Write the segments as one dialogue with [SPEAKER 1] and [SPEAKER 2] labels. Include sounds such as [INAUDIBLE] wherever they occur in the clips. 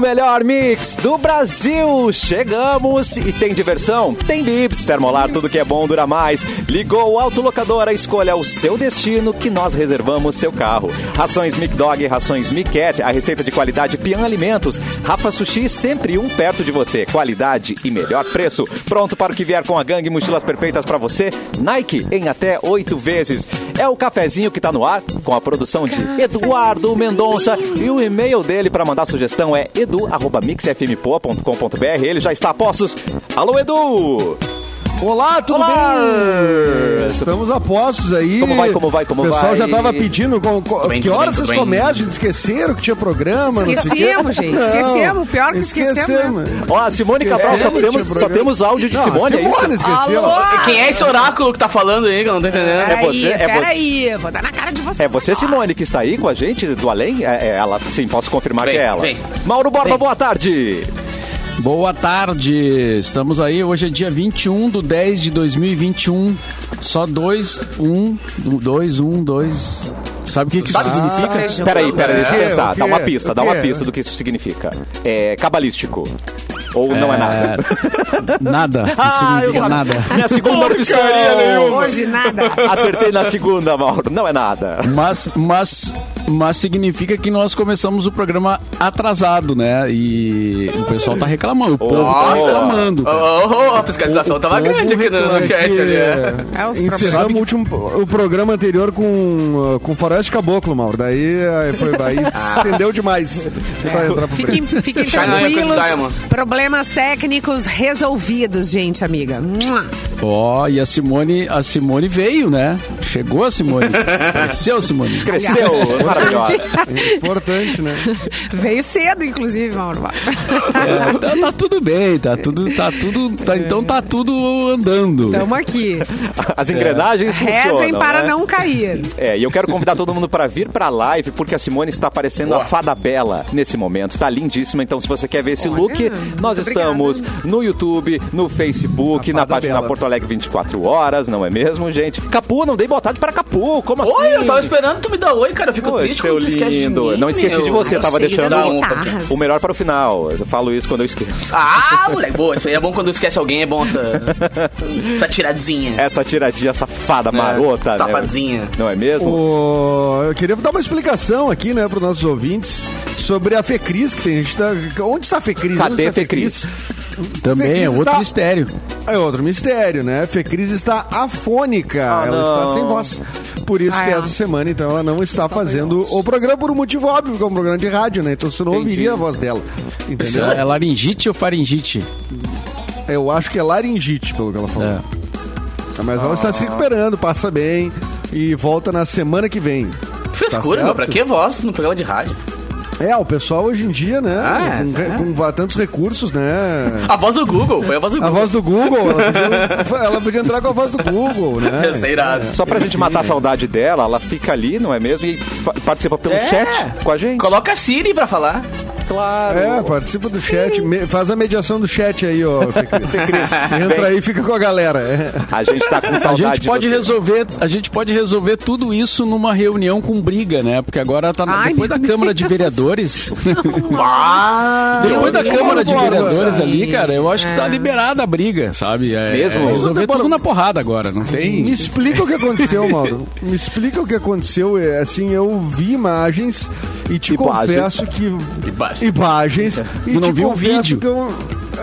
[SPEAKER 1] melhor mix do Brasil. Chegamos e tem diversão? Tem bips, termolar, tudo que é bom dura mais. Ligou o autolocadora, escolha o seu destino que nós reservamos seu carro. Rações Mic Dog, rações Mic Cat, a receita de qualidade Pian Alimentos. Rafa Sushi, sempre um perto de você. Qualidade e melhor preço. Pronto para o que vier com a gangue, mochilas perfeitas para você. Nike em até oito vezes. É o cafezinho que tá no ar com a produção de Eduardo Mendonça e o e-mail dele para mandar sugestão é edu@mixfmpoa.com.br. Ele já está a postos. Alô Edu!
[SPEAKER 2] Olá, tudo
[SPEAKER 1] Olá!
[SPEAKER 2] bem? Estamos a postos aí.
[SPEAKER 1] Como vai, como vai, como
[SPEAKER 2] O pessoal
[SPEAKER 1] vai?
[SPEAKER 2] já tava pedindo com- com-
[SPEAKER 3] bem,
[SPEAKER 2] que
[SPEAKER 3] tudo
[SPEAKER 2] horas
[SPEAKER 3] bem, tudo
[SPEAKER 2] vocês
[SPEAKER 3] bem.
[SPEAKER 2] começam, esqueceram que tinha programa. não sei o quê.
[SPEAKER 4] Esquecemos, gente,
[SPEAKER 2] Não,
[SPEAKER 4] esquecemos, pior que esquecemos mesmo.
[SPEAKER 1] Ó, Simone Cabral, só
[SPEAKER 2] Esquecemos,
[SPEAKER 1] temos,
[SPEAKER 2] tinha
[SPEAKER 1] só
[SPEAKER 2] programa.
[SPEAKER 1] temos áudio de
[SPEAKER 2] Não,
[SPEAKER 1] Simone, é isso?
[SPEAKER 2] Simone esqueceu.
[SPEAKER 3] Quem é esse oráculo que tá falando aí, que eu não tô entendendo?
[SPEAKER 1] É você, é você.
[SPEAKER 4] Peraí, vou dar na cara de você.
[SPEAKER 1] É você, Simone, que está aí com a gente do além? É, é ela, sim, posso confirmar
[SPEAKER 3] Vem,
[SPEAKER 1] que é ela.
[SPEAKER 3] vem.
[SPEAKER 1] Mauro Borba,
[SPEAKER 3] Vem.
[SPEAKER 1] boa tarde.
[SPEAKER 5] Boa tarde, estamos aí. Hoje é dia 21 de 10 de 2021. Só um, 2, 1, 2, 1, 2. um, Sabe o que, que isso significa?
[SPEAKER 4] Feijão.
[SPEAKER 1] Peraí, peraí, deixa eu
[SPEAKER 2] É,
[SPEAKER 1] pensar.
[SPEAKER 2] o
[SPEAKER 1] Dá uma
[SPEAKER 2] quê?
[SPEAKER 1] pista,
[SPEAKER 2] O é?
[SPEAKER 1] dá uma
[SPEAKER 2] quê?
[SPEAKER 1] pista do que isso significa. É cabalístico. Ou não é
[SPEAKER 5] [LAUGHS]
[SPEAKER 1] nada.
[SPEAKER 5] Nada. Não significa nada.
[SPEAKER 1] Minha segunda opção.
[SPEAKER 4] Hoje nada.
[SPEAKER 1] Acertei na segunda, Mauro. Não é nada.
[SPEAKER 5] Mas, mas, mas significa que nós começamos o programa atrasado, né? E o pessoal tá reclamando, o povo tá
[SPEAKER 1] Nossa.
[SPEAKER 5] reclamando.
[SPEAKER 3] Ô,
[SPEAKER 5] cara.
[SPEAKER 3] ô, ô, a fiscalização
[SPEAKER 5] O
[SPEAKER 3] tava
[SPEAKER 5] povo
[SPEAKER 3] grande aqui no, no
[SPEAKER 2] Reclama
[SPEAKER 3] chat
[SPEAKER 2] é que
[SPEAKER 3] ali. é.
[SPEAKER 4] É os
[SPEAKER 2] Encerramos o, último, o programa anterior com, uh, com Faroeste Caboclo, Mauro. Daí uh, foi,
[SPEAKER 1] [LAUGHS]
[SPEAKER 2] daí estendeu demais.
[SPEAKER 1] Ah.
[SPEAKER 2] Pra entrar pro
[SPEAKER 4] Fiquem,
[SPEAKER 2] break.
[SPEAKER 4] fiquem
[SPEAKER 3] China é coisa
[SPEAKER 4] tranquilos.
[SPEAKER 3] de Diamond.
[SPEAKER 4] Problemas técnicos resolvidos, gente, amiga. Mua.
[SPEAKER 5] Ó, e a Simone, a Simone veio, né? Chegou a [LAUGHS] Simone. Cresceu, Simone.
[SPEAKER 1] Cresceu, maravilhosa.
[SPEAKER 2] Importante, né?
[SPEAKER 4] Veio cedo, inclusive,
[SPEAKER 1] [LAUGHS]
[SPEAKER 4] Mauro.
[SPEAKER 5] É, tá, tá tudo bem, tá tudo, tá tudo, tá- então tá tudo andando.
[SPEAKER 4] Estamos aqui.
[SPEAKER 1] As engrenagens funcionam.
[SPEAKER 4] Rezem para
[SPEAKER 1] né?
[SPEAKER 4] não cair.
[SPEAKER 1] É, e eu quero convidar todo mundo para vir para a live, porque a Simone está parecendo a fada bela nesse momento. Tá lindíssima, então se você quer ver esse look, nós
[SPEAKER 4] muito
[SPEAKER 1] estamos no YouTube, no Facebook,
[SPEAKER 2] A
[SPEAKER 1] na
[SPEAKER 2] fada
[SPEAKER 1] página
[SPEAKER 2] bela.
[SPEAKER 1] Porto Alegre 24 horas, não é mesmo, gente? Capu, não dei boa tarde para Capu, como assim?
[SPEAKER 3] Oi, eu tava esperando tu me dar oi, cara. Eu fico
[SPEAKER 1] Pô,
[SPEAKER 3] triste
[SPEAKER 1] seu
[SPEAKER 3] quando tu esquece de
[SPEAKER 1] lindo.
[SPEAKER 3] mim,
[SPEAKER 1] não esqueci
[SPEAKER 3] meu.
[SPEAKER 1] de
[SPEAKER 3] tá
[SPEAKER 1] você,
[SPEAKER 4] Ai,
[SPEAKER 1] tava
[SPEAKER 4] cheio
[SPEAKER 1] deixando
[SPEAKER 4] das
[SPEAKER 1] o-
[SPEAKER 4] guitarras.
[SPEAKER 1] o melhor para o final. Eu falo isso quando eu esqueço.
[SPEAKER 3] Ah, moleque, boa. Isso aí é bom quando esquece alguém, é bom essa, essa tiradinha.
[SPEAKER 1] Essa tiradinha safada, marota, né?
[SPEAKER 3] safadinha.
[SPEAKER 1] Não é mesmo?
[SPEAKER 2] O- Eu queria dar uma explicação aqui, né, para os nossos ouvintes sobre a Fecris, que tem gente. que Tá... Onde está a Fecris?
[SPEAKER 1] Cadê
[SPEAKER 2] Onde está a
[SPEAKER 1] Fecris?
[SPEAKER 5] Também é
[SPEAKER 2] Fecris
[SPEAKER 5] outro
[SPEAKER 2] tá-
[SPEAKER 5] mistério.
[SPEAKER 2] É outro mistério, né? Fecris está afônica.
[SPEAKER 1] Ah,
[SPEAKER 2] ela
[SPEAKER 1] não.
[SPEAKER 2] está sem voz. Por isso
[SPEAKER 4] Ah,
[SPEAKER 2] que
[SPEAKER 4] é.
[SPEAKER 2] essa semana, então, ela não está fazendo o programa por um motivo óbvio, que é um programa de rádio, né? Então você não
[SPEAKER 1] Entendi.
[SPEAKER 2] ouviria a voz dela. Entendeu?
[SPEAKER 5] É laringite ou faringite?
[SPEAKER 2] Eu acho que é laringite, pelo que ela falou.
[SPEAKER 5] É.
[SPEAKER 2] Mas ela está se recuperando, passa bem e volta na semana que vem.
[SPEAKER 3] Que frescura,
[SPEAKER 2] Tá
[SPEAKER 3] meu. Pra
[SPEAKER 2] certo.
[SPEAKER 3] que voz no programa de rádio?
[SPEAKER 2] É, o pessoal hoje em dia, né?
[SPEAKER 3] Ah, é,
[SPEAKER 2] com,
[SPEAKER 3] é.
[SPEAKER 2] com va- tantos recursos, né?
[SPEAKER 3] A voz do Google, foi a voz do
[SPEAKER 2] A
[SPEAKER 3] Google.
[SPEAKER 2] voz do Google, ela
[SPEAKER 3] [LAUGHS]
[SPEAKER 2] podia, ela podia entrar com a voz do Google, né?
[SPEAKER 3] Essa é irada.
[SPEAKER 1] Só pra gente matar a saudade dela, ela fica ali, não é mesmo? E fa- participa pelo
[SPEAKER 3] É.
[SPEAKER 1] chat com a gente.
[SPEAKER 3] Coloca a Siri pra falar.
[SPEAKER 1] Claro.
[SPEAKER 2] É, participa do chat, me- faz a mediação do chat aí, ó. Fecris.
[SPEAKER 3] [LAUGHS]
[SPEAKER 2] Entra aí e fica com a galera. É.
[SPEAKER 1] A gente tá com
[SPEAKER 5] A
[SPEAKER 1] saudade
[SPEAKER 5] gente pode
[SPEAKER 1] de você.
[SPEAKER 5] resolver, a gente pode resolver tudo isso numa reunião com briga, né? Porque agora tá na-
[SPEAKER 4] Ai,
[SPEAKER 5] depois da
[SPEAKER 4] meu
[SPEAKER 5] Câmara de
[SPEAKER 4] Deus.
[SPEAKER 5] Vereadores.
[SPEAKER 3] Ah,
[SPEAKER 5] [LAUGHS] depois da
[SPEAKER 2] Deus.
[SPEAKER 5] Câmara de
[SPEAKER 2] Vamos,
[SPEAKER 5] Vereadores
[SPEAKER 2] Borba.
[SPEAKER 5] ali, cara, eu acho que tá liberada a briga, sabe? É,
[SPEAKER 1] Mesmo?
[SPEAKER 5] é resolver
[SPEAKER 2] Demora-
[SPEAKER 5] tudo na porrada agora, não tem.
[SPEAKER 2] Me explica o que aconteceu, Mauro. Me explica o que aconteceu. É, Assim, eu vi imagens e te
[SPEAKER 1] Imagens.
[SPEAKER 2] confesso que.
[SPEAKER 3] Imagens.
[SPEAKER 2] Imagens. E
[SPEAKER 5] Tu não
[SPEAKER 2] te
[SPEAKER 5] viu o
[SPEAKER 2] confesso
[SPEAKER 5] vídeo?
[SPEAKER 2] que eu.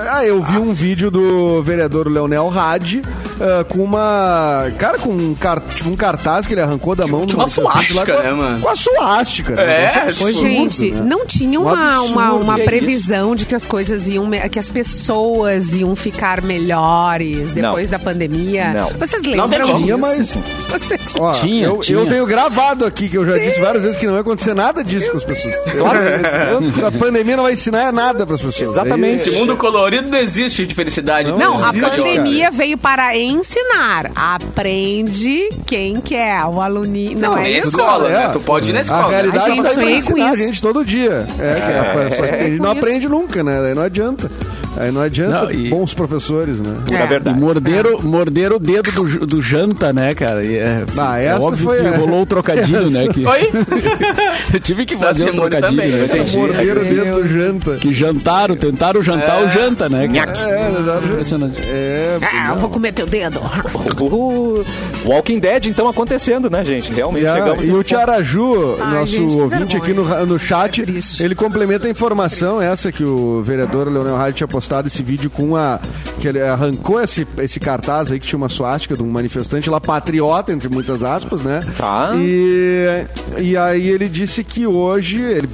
[SPEAKER 2] Ah, eu vi um vídeo do vereador Leonel Hadi ah, com uma. Cara, com um, car... tipo, um cartaz que ele arrancou da mão
[SPEAKER 3] Tipo
[SPEAKER 2] do
[SPEAKER 3] uma
[SPEAKER 2] manifestante lá
[SPEAKER 3] suástica,
[SPEAKER 2] com a-
[SPEAKER 3] né, mano?
[SPEAKER 2] Com a suástica. né?
[SPEAKER 3] É,
[SPEAKER 2] Um negócio
[SPEAKER 4] Ô,
[SPEAKER 2] absurdo,
[SPEAKER 4] gente,
[SPEAKER 2] né?
[SPEAKER 4] não tinha
[SPEAKER 2] Um
[SPEAKER 4] uma,
[SPEAKER 2] absurdo.
[SPEAKER 4] uma, uma
[SPEAKER 2] Que é
[SPEAKER 4] previsão de que as coisas iam, me- que as pessoas iam ficar melhores depois da pandemia?
[SPEAKER 1] Não.
[SPEAKER 4] Vocês
[SPEAKER 3] Não
[SPEAKER 4] lembram
[SPEAKER 3] tem como.
[SPEAKER 4] disso?
[SPEAKER 2] Tinha, mas.
[SPEAKER 4] Vocês...
[SPEAKER 2] Ó,
[SPEAKER 5] Tinha,
[SPEAKER 2] eu,
[SPEAKER 5] tinha.
[SPEAKER 2] eu tenho gravado aqui que eu já disse várias vezes que não vai acontecer nada disso com as pessoas. Eu- a pandemia não vai ensinar nada para as pessoas. É
[SPEAKER 1] Exatamente.
[SPEAKER 3] Esse mundo colorido não existe de felicidade.
[SPEAKER 4] Não, a
[SPEAKER 2] Existe, cara.
[SPEAKER 4] pandemia veio para ensinar. Aprende quem quer. O aluni. Não, é
[SPEAKER 3] é
[SPEAKER 4] isso?
[SPEAKER 3] escola,
[SPEAKER 2] É.
[SPEAKER 3] né? Tu pode ir na escola.
[SPEAKER 2] A realidade
[SPEAKER 4] Ai, gente,
[SPEAKER 2] vai
[SPEAKER 4] sonhei com
[SPEAKER 2] ensinar a
[SPEAKER 4] isso.
[SPEAKER 2] gente todo dia. É, que é, só que a gente não
[SPEAKER 4] com isso.
[SPEAKER 2] aprende nunca, né? Daí não adianta. Aí não adianta
[SPEAKER 5] Não, e-
[SPEAKER 2] bons professores, né?
[SPEAKER 1] Pura
[SPEAKER 4] É.
[SPEAKER 5] E
[SPEAKER 1] verdade.
[SPEAKER 5] morderam, morderam o dedo do, ju- do janta, né, cara? E é,
[SPEAKER 2] Ah,
[SPEAKER 5] é
[SPEAKER 2] essa
[SPEAKER 5] óbvio
[SPEAKER 2] foi
[SPEAKER 5] que
[SPEAKER 2] a-
[SPEAKER 5] rolou o trocadilho,
[SPEAKER 2] essa-
[SPEAKER 5] né? Que,
[SPEAKER 3] Oi?
[SPEAKER 5] eu tive que
[SPEAKER 3] Da
[SPEAKER 5] fazer o
[SPEAKER 3] Simone
[SPEAKER 5] trocadilho,
[SPEAKER 3] também.
[SPEAKER 5] né?
[SPEAKER 3] Entendi.
[SPEAKER 2] Morderam dentro do janta.
[SPEAKER 5] Que jantaram, tentaram jantar
[SPEAKER 3] É.
[SPEAKER 5] o janta, né? cara?
[SPEAKER 1] Nhaque.
[SPEAKER 2] É,
[SPEAKER 5] Ah,
[SPEAKER 2] né?
[SPEAKER 5] Impressionante.
[SPEAKER 2] É,
[SPEAKER 4] Ah, eu vou comer teu dedo.
[SPEAKER 1] Uhul. Walking Dead, então, acontecendo, né, gente? Realmente
[SPEAKER 2] E, a-
[SPEAKER 1] chegamos.
[SPEAKER 2] e
[SPEAKER 1] nesse
[SPEAKER 2] o
[SPEAKER 1] ponto.
[SPEAKER 2] Tiaraju,
[SPEAKER 4] Ai,
[SPEAKER 2] nosso
[SPEAKER 4] gente, que
[SPEAKER 2] ouvinte aqui no,
[SPEAKER 4] vergonha.
[SPEAKER 2] ra- no chat,
[SPEAKER 4] É triste.
[SPEAKER 2] ele complementa a informação essa que o vereador Leonel Rádio tinha postado esse vídeo com a. que ele arrancou esse, esse cartaz aí que tinha uma suástica de um manifestante lá, patriota, entre muitas aspas, né?
[SPEAKER 1] Tá.
[SPEAKER 2] E, e aí ele disse que hoje ele,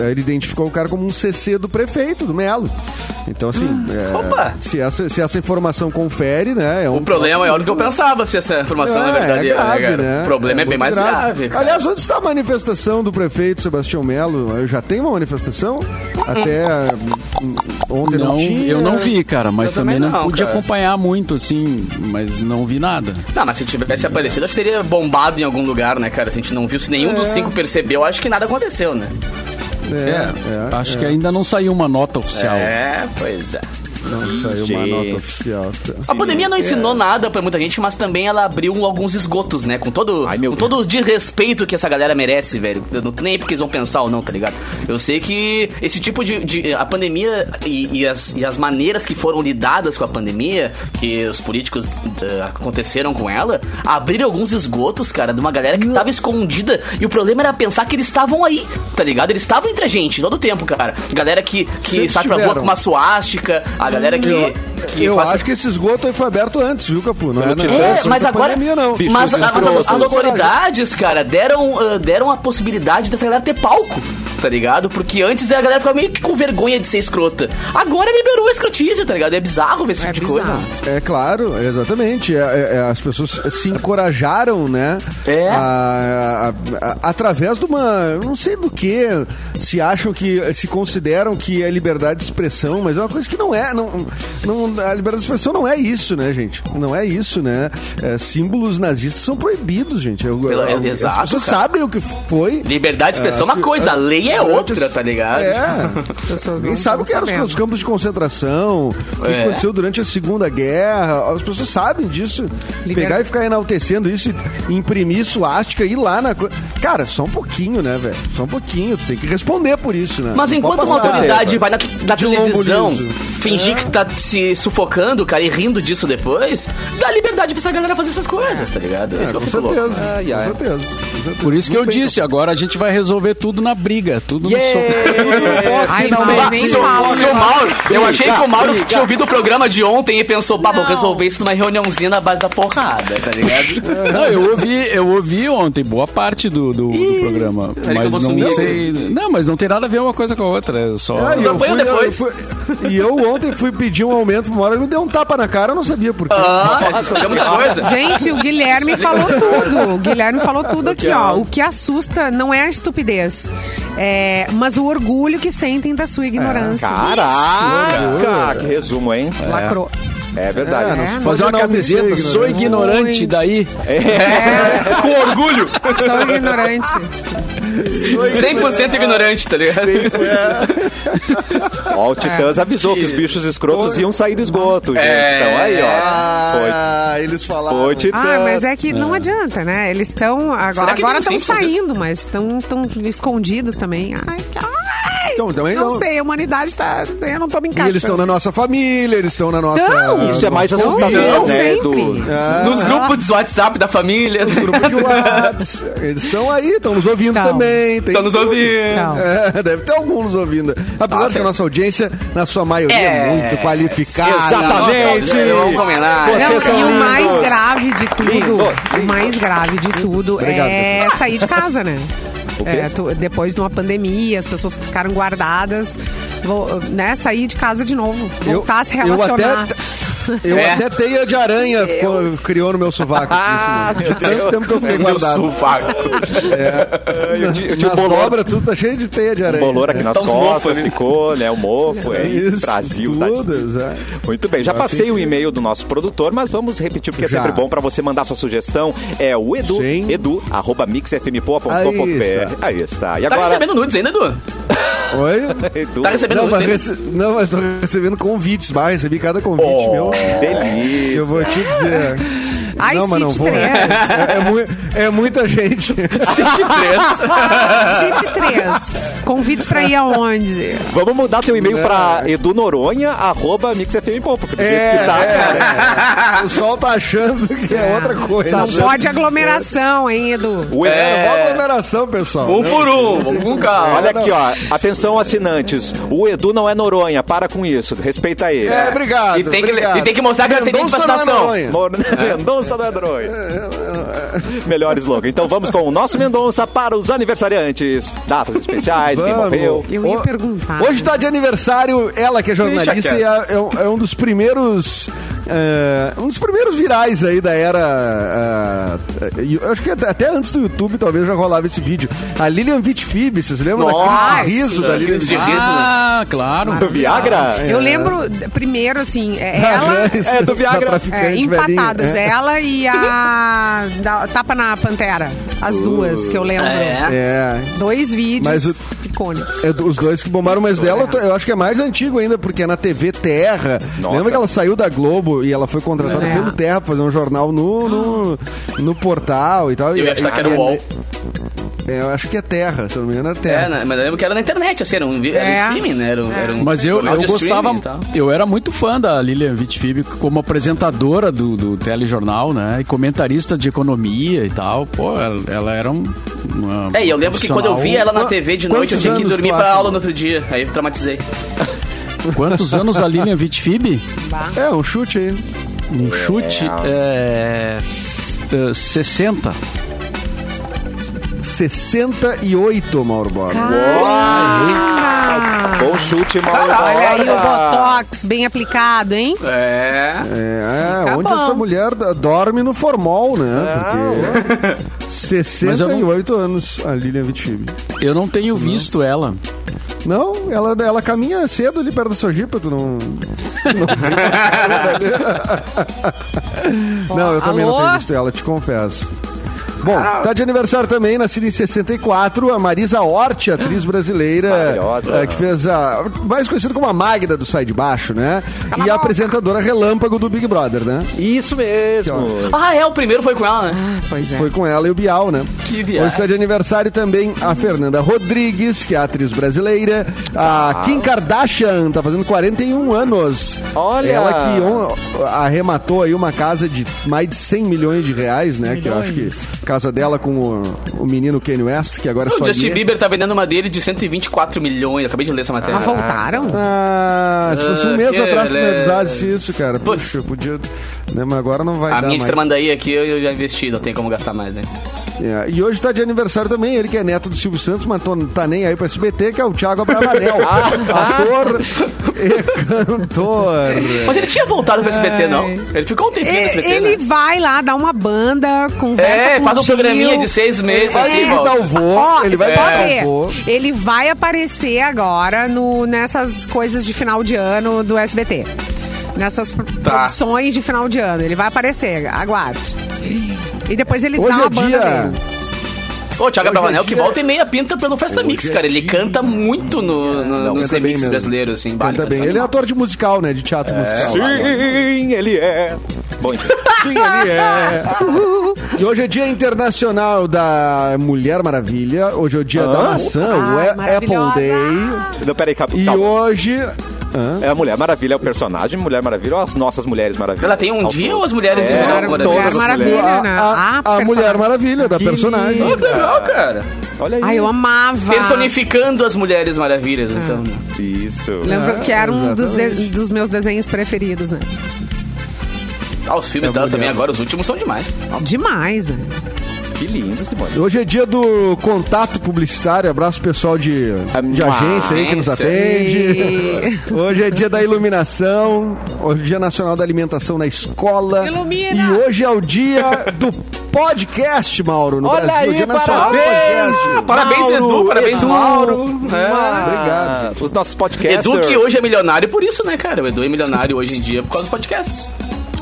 [SPEAKER 2] eh, ele identificou o cara como um CC do prefeito, do Melo. Então, assim. eh,
[SPEAKER 3] Hum. Opa!
[SPEAKER 2] Se essa, se essa informação confere, né? é um
[SPEAKER 3] O problema é
[SPEAKER 2] troço
[SPEAKER 3] olha o que eu pensava se essa informação na verdade
[SPEAKER 2] é grave,
[SPEAKER 3] né, cara?
[SPEAKER 2] né?
[SPEAKER 3] O problema é, bem
[SPEAKER 2] muito
[SPEAKER 3] mais grave. cara.
[SPEAKER 2] Aliás, onde está a manifestação do prefeito Sebastião Melo? Eu Já tem uma manifestação? Até hum, ontem não,
[SPEAKER 5] Não,
[SPEAKER 2] tinha.
[SPEAKER 5] eu não vi, cara, mas
[SPEAKER 3] Eu também
[SPEAKER 5] também, não,
[SPEAKER 3] não,
[SPEAKER 5] pude
[SPEAKER 3] cara.
[SPEAKER 5] acompanhar muito, assim, mas não vi nada.
[SPEAKER 3] Não, mas se tivesse aparecido, acho que teria bombado em algum lugar, né, cara? Se a gente não viu, se nenhum dos cinco percebeu, acho que nada aconteceu, né?
[SPEAKER 2] É, é,
[SPEAKER 5] Acho
[SPEAKER 2] é.
[SPEAKER 5] que ainda não saiu uma nota oficial.
[SPEAKER 3] É, pois é.
[SPEAKER 2] Não saiu uma
[SPEAKER 1] Gente.
[SPEAKER 2] nota oficial. tá.
[SPEAKER 3] A pandemia não
[SPEAKER 1] é.
[SPEAKER 3] ensinou nada pra muita gente, mas também ela abriu alguns esgotos, né? Com todo,
[SPEAKER 1] Ai, meu
[SPEAKER 3] com todo o desrespeito que essa galera merece, velho. Eu não, nem porque eles vão pensar ou não, tá ligado? Eu sei que esse tipo de. de- a pandemia e, e as, e as maneiras que foram lidadas com a pandemia, que os políticos eh, aconteceram com ela, abriram alguns esgotos, cara, de uma galera que tava escondida. E o problema era pensar que eles estavam aí, tá ligado? Eles estavam entre a gente todo o tempo, cara. Galera que, que
[SPEAKER 2] Sempre
[SPEAKER 3] sai pra rua
[SPEAKER 2] tiveram.
[SPEAKER 3] com uma suástica, a galera que.
[SPEAKER 2] Eu,
[SPEAKER 3] que
[SPEAKER 2] eu
[SPEAKER 3] faz-
[SPEAKER 2] acho que esse esgoto aí foi aberto antes, viu, Capu? Não é, na-
[SPEAKER 1] Titã,
[SPEAKER 2] não
[SPEAKER 3] é,
[SPEAKER 2] só
[SPEAKER 3] mas
[SPEAKER 2] da
[SPEAKER 3] agora.
[SPEAKER 2] pandemia, não.
[SPEAKER 1] Bichos
[SPEAKER 3] Mas a- mas
[SPEAKER 1] escrotos.
[SPEAKER 3] as, as autoridades, cara, deram, ah, deram a possibilidade dessa galera ter palco. Tá ligado? Porque antes a galera ficava meio que com vergonha de ser escrota. Agora liberou a escrotice, tá ligado? É bizarro ver esse
[SPEAKER 4] É
[SPEAKER 3] tipo de
[SPEAKER 4] bizarro.
[SPEAKER 3] coisa.
[SPEAKER 2] É claro, exatamente. É, é, é, as pessoas se encorajaram, né?
[SPEAKER 3] É.
[SPEAKER 2] a- a- a- através de uma. eu Não sei do que. Se acham que. Se consideram que é liberdade de expressão, mas é uma coisa que não é. Não, não- a liberdade de expressão não é isso, né, gente? Não é isso, né? É, símbolos nazistas são proibidos, gente. Eu-
[SPEAKER 3] Pela-
[SPEAKER 2] eu-
[SPEAKER 3] exato,
[SPEAKER 2] as pessoas
[SPEAKER 3] cara.
[SPEAKER 2] sabem o que foi.
[SPEAKER 3] Liberdade de expressão é
[SPEAKER 2] Ah,
[SPEAKER 3] uma
[SPEAKER 2] se-
[SPEAKER 3] coisa, a lei é
[SPEAKER 2] antes-
[SPEAKER 3] outra, tá ligado? [LAUGHS]
[SPEAKER 2] É.
[SPEAKER 4] As pessoas não
[SPEAKER 2] Ninguém sabe o que
[SPEAKER 4] estão
[SPEAKER 2] eram os- os
[SPEAKER 4] sabendo.
[SPEAKER 2] campos de concentração, o que
[SPEAKER 3] É.
[SPEAKER 2] aconteceu durante a Segunda Guerra. As pessoas sabem disso.
[SPEAKER 4] Liber-
[SPEAKER 2] Pegar e ficar enaltecendo isso e imprimir suástica e ir lá na coisa. Cara, só um pouquinho, né, velho? Só um pouquinho. Tu tem que responder por isso, né?
[SPEAKER 3] Mas
[SPEAKER 2] Não
[SPEAKER 3] enquanto
[SPEAKER 2] pode
[SPEAKER 3] uma
[SPEAKER 2] passar
[SPEAKER 3] autoridade
[SPEAKER 2] essa.
[SPEAKER 3] vai na, na
[SPEAKER 2] De É. lombo
[SPEAKER 3] televisão
[SPEAKER 2] liso.
[SPEAKER 3] fingir que tá se sufocando, cara, e rindo disso depois, dá liberdade pra essa galera fazer essas coisas, tá ligado? É,
[SPEAKER 2] É,
[SPEAKER 3] isso que eu
[SPEAKER 2] com,
[SPEAKER 3] fico louco.
[SPEAKER 2] certeza,
[SPEAKER 1] Ai, ai.
[SPEAKER 2] com certeza. com certeza.
[SPEAKER 5] Por isso que eu
[SPEAKER 2] Muito bem,
[SPEAKER 5] disse, agora a gente vai resolver tudo na briga, tudo
[SPEAKER 1] Yeah!
[SPEAKER 5] no soco.
[SPEAKER 4] Ai,
[SPEAKER 2] Não,
[SPEAKER 4] não,
[SPEAKER 3] Bah,
[SPEAKER 4] nem
[SPEAKER 3] seu,
[SPEAKER 4] fala. né?
[SPEAKER 1] né?
[SPEAKER 3] seu Mauro, eu achei que o Mauro
[SPEAKER 1] briga.
[SPEAKER 3] tinha ouvido o programa de ontem e pensou, pá, vou
[SPEAKER 4] Não.
[SPEAKER 3] resolver isso numa reuniãozinha na base da porrada, tá ligado?
[SPEAKER 2] É.
[SPEAKER 5] Não, eu ouvi, eu ouvi ontem boa parte do, do, do programa,
[SPEAKER 3] que eu
[SPEAKER 5] mas
[SPEAKER 3] vou
[SPEAKER 5] não
[SPEAKER 3] sumir.
[SPEAKER 5] sei. Não, mas não tem nada a ver uma coisa com a outra, é só.
[SPEAKER 2] Ah, e
[SPEAKER 3] Só foi um depois.
[SPEAKER 2] fui- e eu ontem fui pedir um aumento pro Mauro, ele me deu um tapa na cara, eu não sabia por quê.
[SPEAKER 3] Ah, esse programa é coisa.
[SPEAKER 4] Gente, o Guilherme falou tudo. O Guilherme falou tudo aqui, ó. O que assusta não é a estupidez, é, mas o orgulho que sentem da sua ignorância.
[SPEAKER 1] Caraca! Que resumo, hein?
[SPEAKER 4] Lacrou.
[SPEAKER 1] É
[SPEAKER 2] É,
[SPEAKER 1] verdade.
[SPEAKER 2] não
[SPEAKER 1] né?
[SPEAKER 2] se
[SPEAKER 5] Fazer uma
[SPEAKER 2] Não, não
[SPEAKER 5] camiseta,
[SPEAKER 2] sei,
[SPEAKER 5] sou
[SPEAKER 2] ignorante.
[SPEAKER 5] ignorante,
[SPEAKER 4] Oi.
[SPEAKER 5] daí.
[SPEAKER 1] É.
[SPEAKER 3] Com orgulho.
[SPEAKER 4] Sou ignorante.
[SPEAKER 3] 100% ignorante, tá ligado?
[SPEAKER 1] Ó, o
[SPEAKER 4] É.
[SPEAKER 1] Titãs avisou que os bichos escrotos iam sair do esgoto, gente.
[SPEAKER 3] É.
[SPEAKER 1] Então aí, ó.
[SPEAKER 2] Ah, eles falaram.
[SPEAKER 1] Foi, foi Titãs.
[SPEAKER 4] Ah, mas é que não adianta, né? Eles estão.
[SPEAKER 3] Será
[SPEAKER 4] Agora
[SPEAKER 3] que
[SPEAKER 4] agora
[SPEAKER 3] tem
[SPEAKER 4] estão
[SPEAKER 3] um Simpsons
[SPEAKER 4] saindo, mas estão tão escondidos também. Ai, ai.
[SPEAKER 2] Então, também
[SPEAKER 4] não,
[SPEAKER 2] não.
[SPEAKER 4] sei, a humanidade tá. Eu não tô me
[SPEAKER 2] E
[SPEAKER 4] encaixando.
[SPEAKER 2] eles estão na nossa família, eles estão na nossa.
[SPEAKER 4] Não,
[SPEAKER 1] Isso é mais
[SPEAKER 2] nosso
[SPEAKER 1] assustador,
[SPEAKER 2] convívio.
[SPEAKER 4] Não,
[SPEAKER 1] né?
[SPEAKER 4] sempre.
[SPEAKER 1] Do...
[SPEAKER 2] Ah,
[SPEAKER 3] [LAUGHS] Nos grupos de WhatsApp da família. [LAUGHS]
[SPEAKER 2] grupo de Whats. Eles estão aí, estão nos ouvindo
[SPEAKER 4] Tão.
[SPEAKER 2] também. tem
[SPEAKER 3] Estão tá nos
[SPEAKER 2] tudo.
[SPEAKER 3] ouvindo.
[SPEAKER 4] Não.
[SPEAKER 2] É, deve ter algum nos ouvindo. Apesar
[SPEAKER 1] Ah,
[SPEAKER 2] de que a nossa audiência, na sua maioria, é,
[SPEAKER 3] É,
[SPEAKER 2] muito qualificada.
[SPEAKER 1] Exatamente!
[SPEAKER 2] Nossa audiência-
[SPEAKER 3] combinar.
[SPEAKER 1] Vocês
[SPEAKER 4] Não,
[SPEAKER 1] são
[SPEAKER 4] e o
[SPEAKER 1] lindos.
[SPEAKER 4] mais grave de tudo,
[SPEAKER 1] Lindos,
[SPEAKER 4] o mais grave de tudo
[SPEAKER 2] Obrigado,
[SPEAKER 4] é sair de casa, né?
[SPEAKER 1] quê?
[SPEAKER 4] É, tu- depois de uma pandemia, as pessoas que ficaram guardadas, vou, né, sair de casa de novo, voltar a se relacionar.
[SPEAKER 2] Eu até, eu
[SPEAKER 3] É.
[SPEAKER 2] até teia de aranha ficou- criou no meu sovaco.
[SPEAKER 1] Ah,
[SPEAKER 2] isso, mano. de tanto um tempo que eu fiquei guardado.
[SPEAKER 1] É, eu tinha- Um eu tinha
[SPEAKER 2] Nas
[SPEAKER 1] um bolor,
[SPEAKER 2] dobras, tudo tá cheio de teia de aranha.
[SPEAKER 1] bolor aqui nas
[SPEAKER 3] Tá uns mofos
[SPEAKER 1] costas,
[SPEAKER 3] ali.
[SPEAKER 1] ficou, né? O mofo, é,
[SPEAKER 2] Isso,
[SPEAKER 1] Brasil, tadinho.
[SPEAKER 2] tudo, exato.
[SPEAKER 1] Muito bem, já passei o e-mail do nosso produtor, mas vamos repetir porque
[SPEAKER 2] Já.
[SPEAKER 1] é sempre bom para você mandar sua sugestão. É o Edu,
[SPEAKER 2] Sim. Ah,
[SPEAKER 1] edu arroba mixfmpoa.com.br.
[SPEAKER 2] Aí está.
[SPEAKER 1] Aí está. E
[SPEAKER 3] Tá
[SPEAKER 1] agora,
[SPEAKER 3] recebendo nudes ainda, Edu?
[SPEAKER 2] Oi?
[SPEAKER 1] Edu.
[SPEAKER 3] Tá recebendo
[SPEAKER 2] Não, mas,
[SPEAKER 3] sempre?
[SPEAKER 2] rece... não, mas tô recebendo convites, bah, recebi cada convite
[SPEAKER 3] Oh.
[SPEAKER 2] meu.
[SPEAKER 1] Delícia.
[SPEAKER 2] Eu vou te dizer.
[SPEAKER 4] Ai,
[SPEAKER 2] não, mas não
[SPEAKER 4] City
[SPEAKER 2] vou.
[SPEAKER 4] três.
[SPEAKER 2] É, é mui- é muita
[SPEAKER 3] [LAUGHS]
[SPEAKER 2] gente.
[SPEAKER 3] City 3.
[SPEAKER 4] [LAUGHS] Cite 3. Convites pra ir aonde?
[SPEAKER 1] Vamos mudar teu e-mail
[SPEAKER 2] Não.
[SPEAKER 1] pra edunoronha, arroba mixfm.com. porque do jeito
[SPEAKER 2] É,
[SPEAKER 1] que tá, cara.
[SPEAKER 2] é. O pessoal tá achando que é, outra coisa.
[SPEAKER 4] Não pode aglomeração, hein, Edu?
[SPEAKER 1] O
[SPEAKER 2] É,
[SPEAKER 1] Edu-
[SPEAKER 2] boa aglomeração, pessoal.
[SPEAKER 3] Um por um, vamos com
[SPEAKER 2] É,
[SPEAKER 3] calma.
[SPEAKER 1] Olha aqui, ó. Atenção, assinantes. O Edu não é Noronha. Para com isso. Respeita ele.
[SPEAKER 2] É, obrigado.
[SPEAKER 3] E tem que-
[SPEAKER 2] obrigado.
[SPEAKER 3] e tem que mostrar que ela tem
[SPEAKER 2] Mendonça
[SPEAKER 3] vacinação.
[SPEAKER 2] não é maconha.
[SPEAKER 1] Mor- Mendonça não é Noronha. Melhor slogan. Então vamos com o nosso Mendonça para os aniversariantes. Datas especiais, quem
[SPEAKER 2] Vamos.
[SPEAKER 1] morreu.
[SPEAKER 4] Eu ia
[SPEAKER 2] Ho-
[SPEAKER 4] perguntar. né?
[SPEAKER 2] Hoje tá de aniversário, ela que é jornalista e é, é um- é um dos primeiros. é, um dos primeiros virais aí da era. é, e eu acho que até, até antes do YouTube talvez já rolava esse vídeo. A Lilian Vitfib, vocês lembram
[SPEAKER 3] Nossa,
[SPEAKER 2] daquele riso da Lilian
[SPEAKER 3] aqueles de
[SPEAKER 2] Vitfib?
[SPEAKER 3] riso, né?
[SPEAKER 5] Ah, claro.
[SPEAKER 1] Do Viagra?
[SPEAKER 4] Eu lembro, d- primeiro, assim, é
[SPEAKER 2] Da [LAUGHS]
[SPEAKER 4] ela.
[SPEAKER 2] Gans,
[SPEAKER 1] é, do Viagra.
[SPEAKER 2] da
[SPEAKER 4] é,
[SPEAKER 2] traficante
[SPEAKER 1] né?
[SPEAKER 2] velhinha.
[SPEAKER 4] empatadas,
[SPEAKER 2] É.
[SPEAKER 4] ela e a da- Tapa na Pantera. As duas que eu lembro.
[SPEAKER 3] É.
[SPEAKER 2] É.
[SPEAKER 4] Dois vídeos
[SPEAKER 2] Mas o-
[SPEAKER 4] icônicos.
[SPEAKER 2] É do- os dois que bombaram, mas dela eu tô- eu acho que é mais antigo ainda, porque é na TV Terra.
[SPEAKER 1] Nossa.
[SPEAKER 2] Lembra que ela saiu da Globo e ela foi contratada
[SPEAKER 4] É.
[SPEAKER 2] pelo Terra pra fazer um jornal no, no, no portal e tal.
[SPEAKER 3] Eu
[SPEAKER 2] E-
[SPEAKER 3] ia achar que
[SPEAKER 2] e-
[SPEAKER 3] era o UOL.
[SPEAKER 2] É, eu acho que é Terra, se eu não me engano, era Terra.
[SPEAKER 3] É, né? mas eu lembro que era na internet, assim, era um, vi- era
[SPEAKER 4] É.
[SPEAKER 3] um streaming, né? Era, um- era um
[SPEAKER 5] Mas eu,
[SPEAKER 3] canal
[SPEAKER 5] eu
[SPEAKER 3] de
[SPEAKER 5] gostava,
[SPEAKER 3] streaming tá? e tal.
[SPEAKER 5] eu era muito fã da Lilian Vitfib como apresentadora do, do telejornal, né? E comentarista de economia e tal. Pô, ela, ela era um. uma
[SPEAKER 3] É, e eu lembro que quando eu via ela na
[SPEAKER 2] Quantos
[SPEAKER 3] TV de noite, eu tinha que
[SPEAKER 2] anos
[SPEAKER 3] dormir
[SPEAKER 2] tu
[SPEAKER 3] pra
[SPEAKER 2] acha?
[SPEAKER 3] aula no outro dia. Aí eu traumatizei.
[SPEAKER 5] Quantos anos
[SPEAKER 3] [LAUGHS]
[SPEAKER 5] a Lilian Vitfib?
[SPEAKER 2] É, um chute aí.
[SPEAKER 5] Um chute. É. é, 60.
[SPEAKER 2] 68, Mauro Borba.
[SPEAKER 1] Bom chute, Mauro.
[SPEAKER 4] Olha aí o
[SPEAKER 1] Borba.
[SPEAKER 4] Botox bem aplicado, hein?
[SPEAKER 3] Tá É.
[SPEAKER 2] É,
[SPEAKER 4] Tá
[SPEAKER 2] onde
[SPEAKER 4] bom.
[SPEAKER 2] essa mulher d- dorme no formol, né?
[SPEAKER 3] É. [LAUGHS]
[SPEAKER 2] Porque 68 anos, a Lilian Vitib.
[SPEAKER 5] Eu não tenho visto ela.
[SPEAKER 2] Não, ela, ela caminha cedo ali perto da sua jipa, tu não.
[SPEAKER 4] [LAUGHS]
[SPEAKER 2] Não, eu também não
[SPEAKER 4] Alô?
[SPEAKER 2] tenho visto ela, te confesso. Bom, tá de aniversário também, nascida em 64, a Marisa Hort, atriz brasileira,
[SPEAKER 1] Maravilhosa.
[SPEAKER 2] eh, que fez a. mais conhecida como a Magda do Sai de Baixo, né?
[SPEAKER 4] Cala
[SPEAKER 2] e
[SPEAKER 4] a
[SPEAKER 2] a
[SPEAKER 4] boca.
[SPEAKER 2] apresentadora relâmpago do Big Brother, né?
[SPEAKER 1] Isso mesmo.
[SPEAKER 3] Ah, é, o primeiro foi com ela, né?
[SPEAKER 4] Pois é.
[SPEAKER 2] Foi com ela e o Bial, né?
[SPEAKER 3] Que viagem.
[SPEAKER 2] Hoje está de aniversário também a Fernanda Rodrigues, que é a atriz brasileira.
[SPEAKER 3] Tá.
[SPEAKER 2] A Kim Kardashian tá fazendo 41 anos.
[SPEAKER 1] Olha!
[SPEAKER 2] Ela que on- arrematou aí uma casa de mais de 100 milhões de reais, né? Que eu acho que casa dela com o, o menino Kanye West, que agora é
[SPEAKER 3] O
[SPEAKER 2] só
[SPEAKER 3] Justin
[SPEAKER 2] Ye.
[SPEAKER 3] Bieber tá vendendo uma dele de 124 milhões. Eu acabei de ler essa matéria.
[SPEAKER 4] Ah, voltaram?
[SPEAKER 2] Ah, se fosse
[SPEAKER 3] Ah,
[SPEAKER 2] um mês
[SPEAKER 3] que
[SPEAKER 2] atrás que tu me
[SPEAKER 3] beleza.
[SPEAKER 2] avisasse isso, cara.
[SPEAKER 3] Putz.
[SPEAKER 2] Puxa, eu podia. né, Mas agora não vai
[SPEAKER 3] a
[SPEAKER 2] dar
[SPEAKER 3] minha
[SPEAKER 2] mais.
[SPEAKER 3] extramandaí aqui eu- eu já investi, não tem como gastar mais, né?
[SPEAKER 2] É, E hoje tá de aniversário também, ele que é neto do Silvio Santos, mas tô- tá nem aí pro SBT, que é o Thiago Abravanel. ator e cantor.
[SPEAKER 3] Mas ele tinha voltado pro SBT, não?
[SPEAKER 4] Ai.
[SPEAKER 3] Ele ficou um tempinho no
[SPEAKER 4] E-
[SPEAKER 3] SBT,
[SPEAKER 4] Ele
[SPEAKER 3] né?
[SPEAKER 4] vai lá dar uma banda, conversa
[SPEAKER 3] É,
[SPEAKER 4] com
[SPEAKER 3] faz
[SPEAKER 4] o
[SPEAKER 3] um
[SPEAKER 4] tio.
[SPEAKER 3] programinha de seis meses,
[SPEAKER 2] Vai
[SPEAKER 3] assim,
[SPEAKER 2] visitar
[SPEAKER 3] volta.
[SPEAKER 2] o vô, ele vai
[SPEAKER 4] É.
[SPEAKER 2] visitar
[SPEAKER 4] Pode ver.
[SPEAKER 2] o vô.
[SPEAKER 4] Ele vai aparecer agora no, nessas coisas de final de ano do SBT. Nessas pro-
[SPEAKER 3] Tá.
[SPEAKER 4] produções de final de ano. Ele vai aparecer, aguarde. E depois ele dá
[SPEAKER 2] Hoje
[SPEAKER 4] uma
[SPEAKER 2] é
[SPEAKER 4] banda
[SPEAKER 2] dia...
[SPEAKER 4] dele.
[SPEAKER 3] Ô, o Thiago
[SPEAKER 2] Hoje é
[SPEAKER 3] Abravanel, que
[SPEAKER 2] dia-
[SPEAKER 3] volta e meia pinta pelo Festa Mix, cara. Ele canta muito no, no, nos
[SPEAKER 2] canta bem
[SPEAKER 3] remixes
[SPEAKER 2] mesmo.
[SPEAKER 3] brasileiros, um assim.
[SPEAKER 2] Canta bem, ele é ator de musical, né? De teatro musical.
[SPEAKER 1] Sim, ele é. Bom dia.
[SPEAKER 2] Sim, ele é. E hoje é dia internacional da Mulher Maravilha, hoje é o dia da maçã, o
[SPEAKER 4] Ai,
[SPEAKER 2] A- Apple
[SPEAKER 4] maravilhosa.
[SPEAKER 2] Day.
[SPEAKER 1] Não, peraí, calma.
[SPEAKER 2] E hoje... Hã?
[SPEAKER 1] É a Mulher Maravilha, é o personagem Mulher Maravilha ou as nossas Mulheres Maravilhas?
[SPEAKER 3] Ela tem um
[SPEAKER 1] Ao
[SPEAKER 3] dia
[SPEAKER 1] todo.
[SPEAKER 3] ou as mulheres
[SPEAKER 1] É,
[SPEAKER 3] em geral,
[SPEAKER 1] todas
[SPEAKER 4] Mulher
[SPEAKER 1] as
[SPEAKER 4] Maravilha,
[SPEAKER 1] mulheres.
[SPEAKER 4] né?
[SPEAKER 2] A, a, a
[SPEAKER 4] personagem.
[SPEAKER 2] Mulher Maravilha, da
[SPEAKER 1] Que
[SPEAKER 2] personagem.
[SPEAKER 1] lindo.
[SPEAKER 3] Que legal, cara.
[SPEAKER 1] Olha aí.
[SPEAKER 4] Ai, eu
[SPEAKER 2] Ah.
[SPEAKER 4] amava.
[SPEAKER 3] Personificando as Mulheres Maravilhas, então.
[SPEAKER 1] Isso.
[SPEAKER 4] Lembro que era um dos, de-
[SPEAKER 2] Exatamente.
[SPEAKER 4] dos meus desenhos preferidos, né?
[SPEAKER 3] Ah, os filmes
[SPEAKER 2] É
[SPEAKER 3] dela
[SPEAKER 2] mulher.
[SPEAKER 3] também agora, os últimos são demais.
[SPEAKER 4] Demais, né?
[SPEAKER 1] Que lindo, Simone.
[SPEAKER 2] Hoje é dia do contato publicitário. Abraço pessoal de, de
[SPEAKER 1] Ah,
[SPEAKER 2] agência aí que nos
[SPEAKER 3] agência.
[SPEAKER 2] atende. [LAUGHS] Hoje é dia da iluminação. Hoje é dia nacional da alimentação na escola.
[SPEAKER 4] Ilumina!
[SPEAKER 2] E hoje é o dia do podcast, Mauro, no
[SPEAKER 1] Olha
[SPEAKER 2] Brasil.
[SPEAKER 1] aí,
[SPEAKER 2] dia nacional do
[SPEAKER 1] parabéns!
[SPEAKER 2] podcast.
[SPEAKER 3] Parabéns, Edu, parabéns, Mauro. É.
[SPEAKER 1] Obrigado. né? Os nossos podcasters.
[SPEAKER 3] Edu que hoje é milionário por isso, né, cara? O Edu é milionário hoje em dia por causa dos podcasts.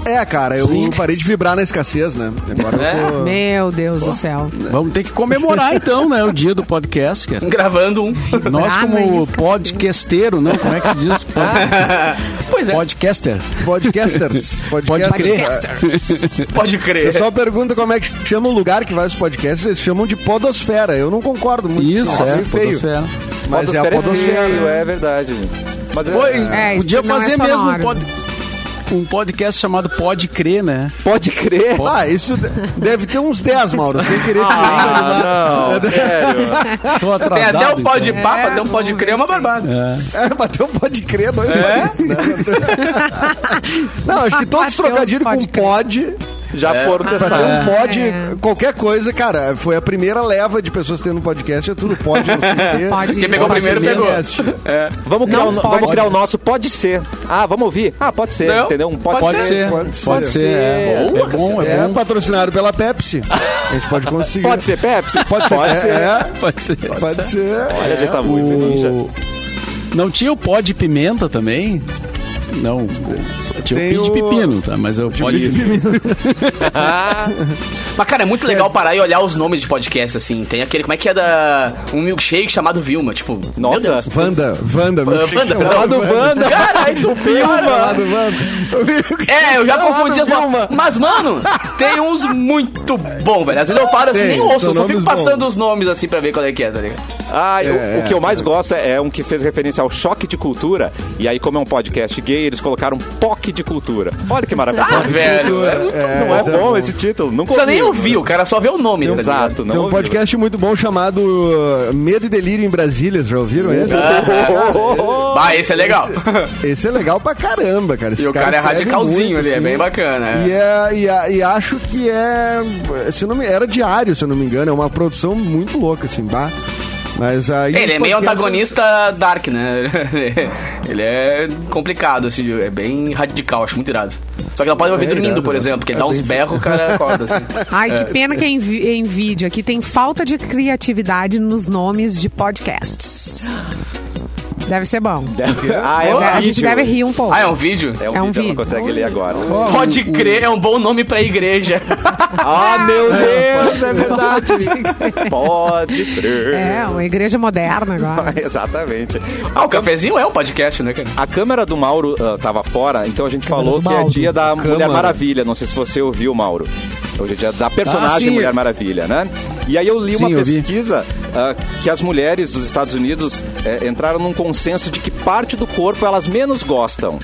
[SPEAKER 2] É, cara, eu
[SPEAKER 5] Sim.
[SPEAKER 2] parei de vibrar na escassez, né? Agora eu tô...
[SPEAKER 4] Meu Deus do céu.
[SPEAKER 5] Vamos ter que comemorar então, né? O dia do podcast, cara.
[SPEAKER 3] [LAUGHS] Gravando um. [LAUGHS]
[SPEAKER 5] Nós,
[SPEAKER 4] Ah, mas
[SPEAKER 5] como
[SPEAKER 4] esqueci.
[SPEAKER 5] podcasteiro, não? Como é que
[SPEAKER 3] [LAUGHS]
[SPEAKER 5] se diz? Pod-
[SPEAKER 3] pois é, pode,
[SPEAKER 5] Podcaster.
[SPEAKER 2] Podcasters.
[SPEAKER 5] [LAUGHS] Pode crer.
[SPEAKER 2] O
[SPEAKER 3] [LAUGHS] crer.
[SPEAKER 2] pessoal pergunta como é que chama o lugar que vai os podcasts, eles chamam de podosfera. Eu não concordo muito.
[SPEAKER 5] Isso,
[SPEAKER 2] não,
[SPEAKER 5] é,
[SPEAKER 2] achei feio.
[SPEAKER 5] podosfera.
[SPEAKER 2] Mas é a podosfera.
[SPEAKER 1] feio, é verdade. Mas é,
[SPEAKER 5] Oi,
[SPEAKER 4] É, isso
[SPEAKER 5] podia
[SPEAKER 4] não é
[SPEAKER 5] fazer
[SPEAKER 4] sonoro.
[SPEAKER 5] mesmo um, pod- um podcast chamado Pode Crer, né?
[SPEAKER 1] pode crer.
[SPEAKER 2] Ah, isso de- deve ter uns 10, Mauro, sem querer te animar.
[SPEAKER 1] Ah, não, sério.
[SPEAKER 5] Tô
[SPEAKER 3] Tem
[SPEAKER 5] atrasado.
[SPEAKER 3] É, até o pó de
[SPEAKER 5] então.
[SPEAKER 3] papa,
[SPEAKER 4] É,
[SPEAKER 3] até um pó de
[SPEAKER 4] vamos
[SPEAKER 3] crer é uma barbada.
[SPEAKER 2] É, bateu um pode crer, dois pode né? Não, acho que todos
[SPEAKER 4] Bateu os
[SPEAKER 2] trocadilho
[SPEAKER 4] pode
[SPEAKER 2] com
[SPEAKER 4] crer.
[SPEAKER 2] pode,
[SPEAKER 1] Já
[SPEAKER 3] É.
[SPEAKER 1] foram
[SPEAKER 2] bateu
[SPEAKER 1] testados.
[SPEAKER 2] um pode,
[SPEAKER 4] É.
[SPEAKER 2] qualquer coisa, cara. Foi a primeira leva de pessoas tendo um podcast, é tudo pode. não sei o quê.
[SPEAKER 4] Pode
[SPEAKER 3] Quem
[SPEAKER 4] isso,
[SPEAKER 3] pegou
[SPEAKER 4] pode
[SPEAKER 3] primeiro,
[SPEAKER 4] isso.
[SPEAKER 3] pegou.
[SPEAKER 2] Podcast.
[SPEAKER 1] Vamos criar,
[SPEAKER 4] Não
[SPEAKER 1] o, no-
[SPEAKER 4] pode.
[SPEAKER 1] vamos criar um- o nosso, pode ser. Ah, vamos ouvir? Ah, pode ser,
[SPEAKER 3] Não,
[SPEAKER 1] entendeu? Um
[SPEAKER 3] pode
[SPEAKER 5] Pode
[SPEAKER 3] ser.
[SPEAKER 5] ser,
[SPEAKER 2] Pode
[SPEAKER 5] pode
[SPEAKER 2] ser.
[SPEAKER 5] ser. É,
[SPEAKER 1] Boa,
[SPEAKER 5] é bom, é,
[SPEAKER 2] É
[SPEAKER 5] bom.
[SPEAKER 2] patrocinado pela Pepsi. A gente pode conseguir.
[SPEAKER 1] Pode ser Pepsi?
[SPEAKER 2] Pode ser.
[SPEAKER 1] Pode ser.
[SPEAKER 2] É, é,
[SPEAKER 5] Pode ser.
[SPEAKER 2] pode ser.
[SPEAKER 1] Olha, ele tá muito ninja.
[SPEAKER 5] O- Não tinha o pó de pimenta também? Não. Tinha
[SPEAKER 2] Tem
[SPEAKER 5] o pi de
[SPEAKER 2] o-
[SPEAKER 5] pepino, tá? Mas eu pode.
[SPEAKER 3] Mas, cara, é muito legal parar e olhar os nomes de podcast, assim. Tem aquele, como é que é da. Um milkshake chamado Vilma, tipo.
[SPEAKER 1] Nossa.
[SPEAKER 3] Meu Deus.
[SPEAKER 2] Wanda, Wanda.
[SPEAKER 3] Ah,
[SPEAKER 2] meu
[SPEAKER 3] Wanda,
[SPEAKER 2] Deus.
[SPEAKER 3] perdão.
[SPEAKER 1] Lá do Wanda.
[SPEAKER 3] Cara, aí tu
[SPEAKER 2] Lá
[SPEAKER 3] Vilma.
[SPEAKER 2] do Wanda.
[SPEAKER 3] É, eu já
[SPEAKER 2] Lá
[SPEAKER 3] confundi
[SPEAKER 2] do
[SPEAKER 3] as
[SPEAKER 2] Vilma.
[SPEAKER 3] mal... Mas, mano, tem uns muito bom, velho. Às vezes eu paro assim,
[SPEAKER 2] Tem,
[SPEAKER 3] nem ouço,
[SPEAKER 2] são
[SPEAKER 3] eu só fico
[SPEAKER 2] nomes
[SPEAKER 3] passando
[SPEAKER 2] bons.
[SPEAKER 3] os nomes assim pra ver qual é que é, tá ligado?
[SPEAKER 1] Ah, eu-
[SPEAKER 2] É,
[SPEAKER 1] o que eu
[SPEAKER 2] é,
[SPEAKER 1] mais gosto é, é um que fez referência ao choque de cultura. E aí, como é um podcast gay, eles colocaram POC de cultura. Olha que maravilha.
[SPEAKER 3] Ah, velho. É muito...
[SPEAKER 1] Não é,
[SPEAKER 2] isso
[SPEAKER 1] bom, esse título. Não
[SPEAKER 3] Você nem ouviu, o cara só vê o nome, tá ligado?
[SPEAKER 1] Exato, não
[SPEAKER 2] Tem um
[SPEAKER 1] ouviu.
[SPEAKER 2] podcast muito bom chamado uh, Medo e Delírio em Brasília, já ouviram esse?
[SPEAKER 3] Bah, esse é legal.
[SPEAKER 2] Esse é legal pra caramba, cara. Esses
[SPEAKER 3] E o cara é
[SPEAKER 2] caras escrevem
[SPEAKER 3] radicalzinho
[SPEAKER 2] muito,
[SPEAKER 3] ali, é
[SPEAKER 2] assim.
[SPEAKER 3] bem bacana. é.
[SPEAKER 2] E, é- e a- e acho que é. Se não me, era diário, se eu não me engano. É uma produção muito louca, assim, bah. Mas aí.
[SPEAKER 3] [LAUGHS] Ele é
[SPEAKER 2] os
[SPEAKER 3] meio
[SPEAKER 2] podcasts-
[SPEAKER 3] antagonista Dark, né? [LAUGHS] ele é complicado, assim, é bem radical, acho muito irado. Só que não pode ouvir
[SPEAKER 2] É
[SPEAKER 3] dormindo,
[SPEAKER 2] irado,
[SPEAKER 3] por
[SPEAKER 2] né?
[SPEAKER 3] exemplo, porque ele dá uns berros, o cara acorda, assim.
[SPEAKER 4] Ai, que pena que é envi- em vídeo aqui tem falta de criatividade nos nomes de podcasts. Deve ser bom.
[SPEAKER 1] [LAUGHS] Ah, é um
[SPEAKER 4] a gente
[SPEAKER 1] vídeo.
[SPEAKER 4] deve rir um pouco.
[SPEAKER 3] Ah, é um vídeo?
[SPEAKER 1] É um,
[SPEAKER 4] É
[SPEAKER 1] vídeo,
[SPEAKER 4] um
[SPEAKER 1] ela
[SPEAKER 4] vídeo.
[SPEAKER 1] não consegue ler agora.
[SPEAKER 3] Pode crer, é um bom nome pra igreja.
[SPEAKER 1] Ah, meu Deus, é verdade.
[SPEAKER 4] [LAUGHS]
[SPEAKER 1] Pode crer.
[SPEAKER 4] É, uma igreja moderna agora.
[SPEAKER 1] [LAUGHS] Exatamente.
[SPEAKER 3] Ah, o cafezinho é um podcast, né, cara?
[SPEAKER 1] A câmera do Mauro ah, tava fora, então a gente falou
[SPEAKER 2] do
[SPEAKER 1] que é
[SPEAKER 2] Mauro.
[SPEAKER 1] dia da
[SPEAKER 2] Câmara.
[SPEAKER 1] Mulher Maravilha. Não sei se você ouviu, Mauro. Hoje é dia da personagem
[SPEAKER 5] Ah, sim.
[SPEAKER 1] Mulher Maravilha, né? E aí eu li
[SPEAKER 5] Sim,
[SPEAKER 1] uma
[SPEAKER 5] eu vi.
[SPEAKER 1] pesquisa ah, que as mulheres dos Estados Unidos eh, entraram num consenso de que parte do corpo elas menos gostam.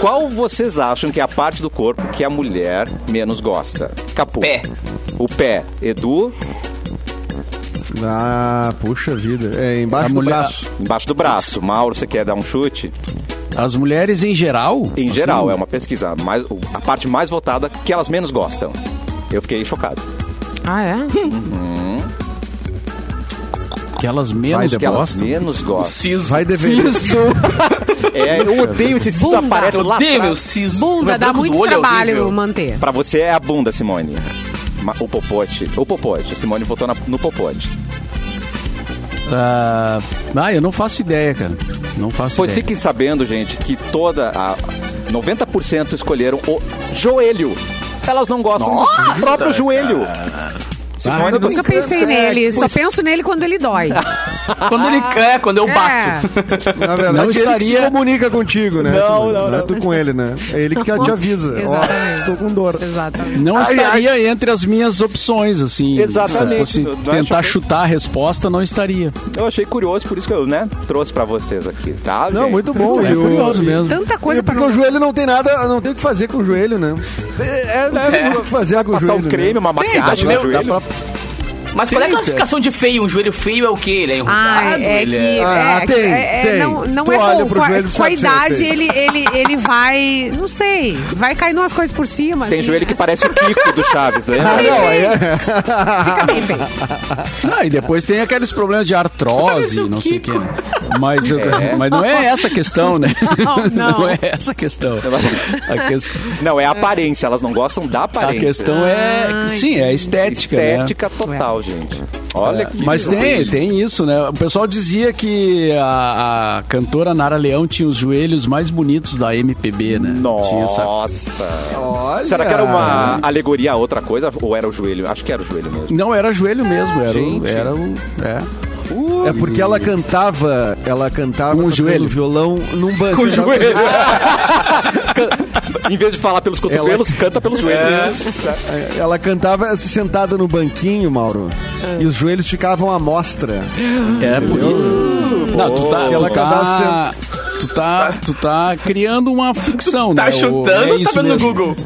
[SPEAKER 1] Qual vocês acham que é a parte do corpo que a mulher menos gosta? Capu.
[SPEAKER 3] Pé.
[SPEAKER 1] O pé. Edu,
[SPEAKER 2] Ah, puxa vida. É embaixo
[SPEAKER 5] A
[SPEAKER 2] do
[SPEAKER 5] mulher-
[SPEAKER 2] braço.
[SPEAKER 1] embaixo do braço. Mauro, você quer dar um chute?
[SPEAKER 5] As mulheres em geral?
[SPEAKER 1] Em
[SPEAKER 5] Assim,
[SPEAKER 1] geral, é uma pesquisa. Mais, o- a parte mais votada que elas menos gostam. Eu fiquei chocado.
[SPEAKER 4] Ah, é?
[SPEAKER 5] Que elas
[SPEAKER 2] Vai,
[SPEAKER 5] menos
[SPEAKER 2] Débora.
[SPEAKER 1] Elas
[SPEAKER 5] gostam.
[SPEAKER 1] menos gostam.
[SPEAKER 3] Siso.
[SPEAKER 2] Vai dever. [LAUGHS]
[SPEAKER 1] É, eu odeio esse siso
[SPEAKER 4] Bunda.
[SPEAKER 1] aparece
[SPEAKER 3] Eu
[SPEAKER 1] lá
[SPEAKER 3] odeio meu
[SPEAKER 1] atrás.
[SPEAKER 3] siso.
[SPEAKER 4] Bunda,
[SPEAKER 3] Meu
[SPEAKER 4] dá
[SPEAKER 3] branco do
[SPEAKER 4] muito
[SPEAKER 3] olho é
[SPEAKER 4] trabalho
[SPEAKER 3] horrível.
[SPEAKER 4] manter.
[SPEAKER 1] Pra você é a bunda, Simone. Ma- O popote. O popote. Simone votou na- no popote.
[SPEAKER 5] Ah, ah, eu não faço ideia, cara. Não faço
[SPEAKER 1] Pois
[SPEAKER 5] ideia.
[SPEAKER 1] fiquem sabendo, gente, que toda a 90% escolheram o joelho. Elas não gostam do próprio joelho.
[SPEAKER 5] Ah,
[SPEAKER 1] Simone,
[SPEAKER 5] eu
[SPEAKER 1] você-
[SPEAKER 4] Nunca pensei
[SPEAKER 2] É,
[SPEAKER 4] nele, só penso nele quando ele dói.
[SPEAKER 3] Quando ele
[SPEAKER 4] Ah.
[SPEAKER 3] quer, quando eu
[SPEAKER 4] É.
[SPEAKER 3] bato.
[SPEAKER 2] Na verdade,
[SPEAKER 5] Não
[SPEAKER 2] ele que
[SPEAKER 5] estaria-
[SPEAKER 2] se comunica contigo, né?
[SPEAKER 1] Não,
[SPEAKER 2] Simone?
[SPEAKER 1] não,
[SPEAKER 2] é
[SPEAKER 1] não.
[SPEAKER 2] tu com ele, né? É ele que
[SPEAKER 1] [LAUGHS]
[SPEAKER 2] te avisa. Ó,
[SPEAKER 4] Exatamente.
[SPEAKER 2] tô com dor.
[SPEAKER 4] É, Exatamente.
[SPEAKER 5] Não estaria entre as minhas opções, assim.
[SPEAKER 1] Exatamente.
[SPEAKER 5] Se
[SPEAKER 1] Não
[SPEAKER 5] eu
[SPEAKER 1] é
[SPEAKER 5] fosse tentar
[SPEAKER 1] chocante.
[SPEAKER 5] chutar a resposta, não estaria.
[SPEAKER 1] Eu achei curioso, por isso que eu, né, trouxe pra vocês aqui, tá?
[SPEAKER 2] Não,
[SPEAKER 1] gente?
[SPEAKER 2] muito bom.
[SPEAKER 5] É
[SPEAKER 2] E o-
[SPEAKER 5] curioso mesmo.
[SPEAKER 4] Tanta coisa
[SPEAKER 2] e
[SPEAKER 4] pra
[SPEAKER 2] porque o joelho não tem nada, não tem o que fazer com o joelho, né?
[SPEAKER 1] É, é,
[SPEAKER 2] Tem o que fazer com o
[SPEAKER 1] Passar
[SPEAKER 2] joelho.
[SPEAKER 1] um
[SPEAKER 2] né?
[SPEAKER 1] creme, uma
[SPEAKER 3] Tem, dá
[SPEAKER 1] maquiagem no
[SPEAKER 3] pra-
[SPEAKER 1] joelho.
[SPEAKER 5] Dá pra
[SPEAKER 3] Mas qual é a
[SPEAKER 5] Tem,
[SPEAKER 3] classificação de feio? Um joelho feio é o quê? Ele é enrugado?
[SPEAKER 4] Ah, é
[SPEAKER 3] ele
[SPEAKER 4] que.
[SPEAKER 3] é-
[SPEAKER 2] Ah,
[SPEAKER 4] é,
[SPEAKER 2] tem,
[SPEAKER 4] é- é-
[SPEAKER 2] tem.
[SPEAKER 4] Não, não
[SPEAKER 2] Tu
[SPEAKER 4] é
[SPEAKER 2] olha
[SPEAKER 4] bom.
[SPEAKER 2] pro
[SPEAKER 4] com, a-
[SPEAKER 2] joelho, tu
[SPEAKER 4] com a
[SPEAKER 2] sabe se é
[SPEAKER 4] idade,
[SPEAKER 2] feio.
[SPEAKER 4] ele, ele, ele vai. Não sei. Vai caindo umas coisas por cima.
[SPEAKER 1] Tem
[SPEAKER 4] assim.
[SPEAKER 1] joelho que parece o Kiko do Chaves,
[SPEAKER 2] Ah,
[SPEAKER 1] lembra?
[SPEAKER 2] não, aí é-
[SPEAKER 4] Fica bem feio.
[SPEAKER 2] Ah.
[SPEAKER 5] Ah, e depois tem aqueles problemas de artrose,
[SPEAKER 3] Parece o
[SPEAKER 5] não sei o que.
[SPEAKER 3] Kiko.
[SPEAKER 5] Né? Mas, mas não é essa a questão, né? [LAUGHS]
[SPEAKER 4] Não, não.
[SPEAKER 5] é essa a questão. A, ques-
[SPEAKER 1] Não, é a aparência. Elas não gostam da
[SPEAKER 5] a
[SPEAKER 1] aparência.
[SPEAKER 5] questão é.
[SPEAKER 4] Ah,
[SPEAKER 5] Sim, é a estética. né? É.
[SPEAKER 1] Estética
[SPEAKER 2] É.
[SPEAKER 1] total, gente. Olha que.
[SPEAKER 5] Mas tem,
[SPEAKER 1] joelho.
[SPEAKER 5] tem isso, né? O pessoal dizia que a, a cantora Nara Leão tinha os joelhos mais bonitos da MPB, né? Tinha essa-
[SPEAKER 1] Nossa.
[SPEAKER 2] Olha.
[SPEAKER 1] Será que era
[SPEAKER 2] Ah.
[SPEAKER 1] uma alegoria a outra coisa ou era o joelho? Acho que era o
[SPEAKER 2] [LAUGHS]
[SPEAKER 1] joelho mesmo.
[SPEAKER 5] Não, era joelho mesmo, era o.
[SPEAKER 1] Gente.
[SPEAKER 5] Era o é.
[SPEAKER 2] É porque ela cantava, ela cantava
[SPEAKER 5] Com o
[SPEAKER 2] tocando
[SPEAKER 5] joelho.
[SPEAKER 2] violão num banco. Com
[SPEAKER 1] Em vez de falar pelos cotovelos, canta pelos joelhos.
[SPEAKER 2] É. Ela cantava sentada no banquinho, Mauro. E os joelhos ficavam à mostra.
[SPEAKER 5] Era bonito. Não, tu tá.
[SPEAKER 2] Aquela
[SPEAKER 5] Tu tá, tu tá, tu tá criando uma ficção, né?
[SPEAKER 3] Tá
[SPEAKER 5] O-
[SPEAKER 3] chutando
[SPEAKER 5] é
[SPEAKER 3] ou tá
[SPEAKER 5] isso
[SPEAKER 3] vendo no
[SPEAKER 5] mesmo.
[SPEAKER 3] Google?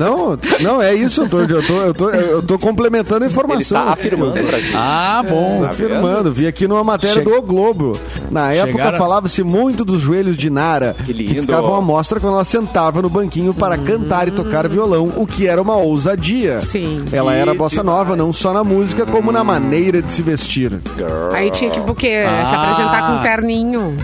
[SPEAKER 2] Não, não é isso, eu tô, eu tô, eu tô, eu tô complementando a
[SPEAKER 1] Ele
[SPEAKER 2] informação.
[SPEAKER 1] está afirmando pra gente.
[SPEAKER 5] Ah, bom.
[SPEAKER 2] Tô Tá afirmando, vi aqui numa matéria
[SPEAKER 5] Chega-
[SPEAKER 2] do O Globo. Na época
[SPEAKER 5] Chegaram-
[SPEAKER 2] falava-se muito dos joelhos de Nara, que,
[SPEAKER 1] lindo.
[SPEAKER 2] ficavam à mostra quando ela sentava no banquinho para cantar e tocar violão, o que era uma ousadia.
[SPEAKER 4] Sim.
[SPEAKER 2] Ela era bossa nova, não só na música, como na maneira de se vestir.
[SPEAKER 4] Aí tinha que porque,
[SPEAKER 5] Ah.
[SPEAKER 4] se apresentar com um terninho.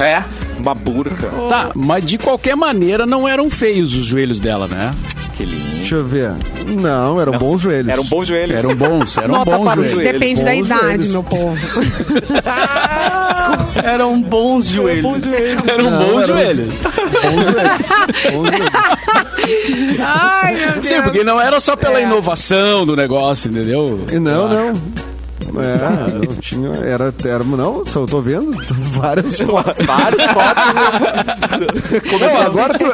[SPEAKER 3] É.
[SPEAKER 1] Uma burca.
[SPEAKER 5] Tá, mas de qualquer maneira não eram feios os joelhos dela, né?
[SPEAKER 1] Que lindo.
[SPEAKER 2] Deixa eu ver. Não, eram bons joelhos.
[SPEAKER 1] Era um bom joelho.
[SPEAKER 5] Eram bons, eram
[SPEAKER 1] Nota
[SPEAKER 5] bons
[SPEAKER 1] para os
[SPEAKER 5] joelhos.
[SPEAKER 1] joelhos.
[SPEAKER 4] Depende da
[SPEAKER 2] bons
[SPEAKER 4] idade,
[SPEAKER 2] joelhos.
[SPEAKER 4] meu povo.
[SPEAKER 3] Eram bons joelhos.
[SPEAKER 5] Eram
[SPEAKER 2] Não,
[SPEAKER 5] bons
[SPEAKER 2] eram-
[SPEAKER 5] joelhos.
[SPEAKER 2] Bons joelhos. Bons joelhos.
[SPEAKER 4] Ai, meu Deus.
[SPEAKER 5] Sim, porque não era só pela inovação do negócio, entendeu?
[SPEAKER 2] E Não, não. É, não tinha, era termo, não, só eu tô vendo [LAUGHS] várias fotos.
[SPEAKER 1] Vários fotos.
[SPEAKER 2] Não, agora tu,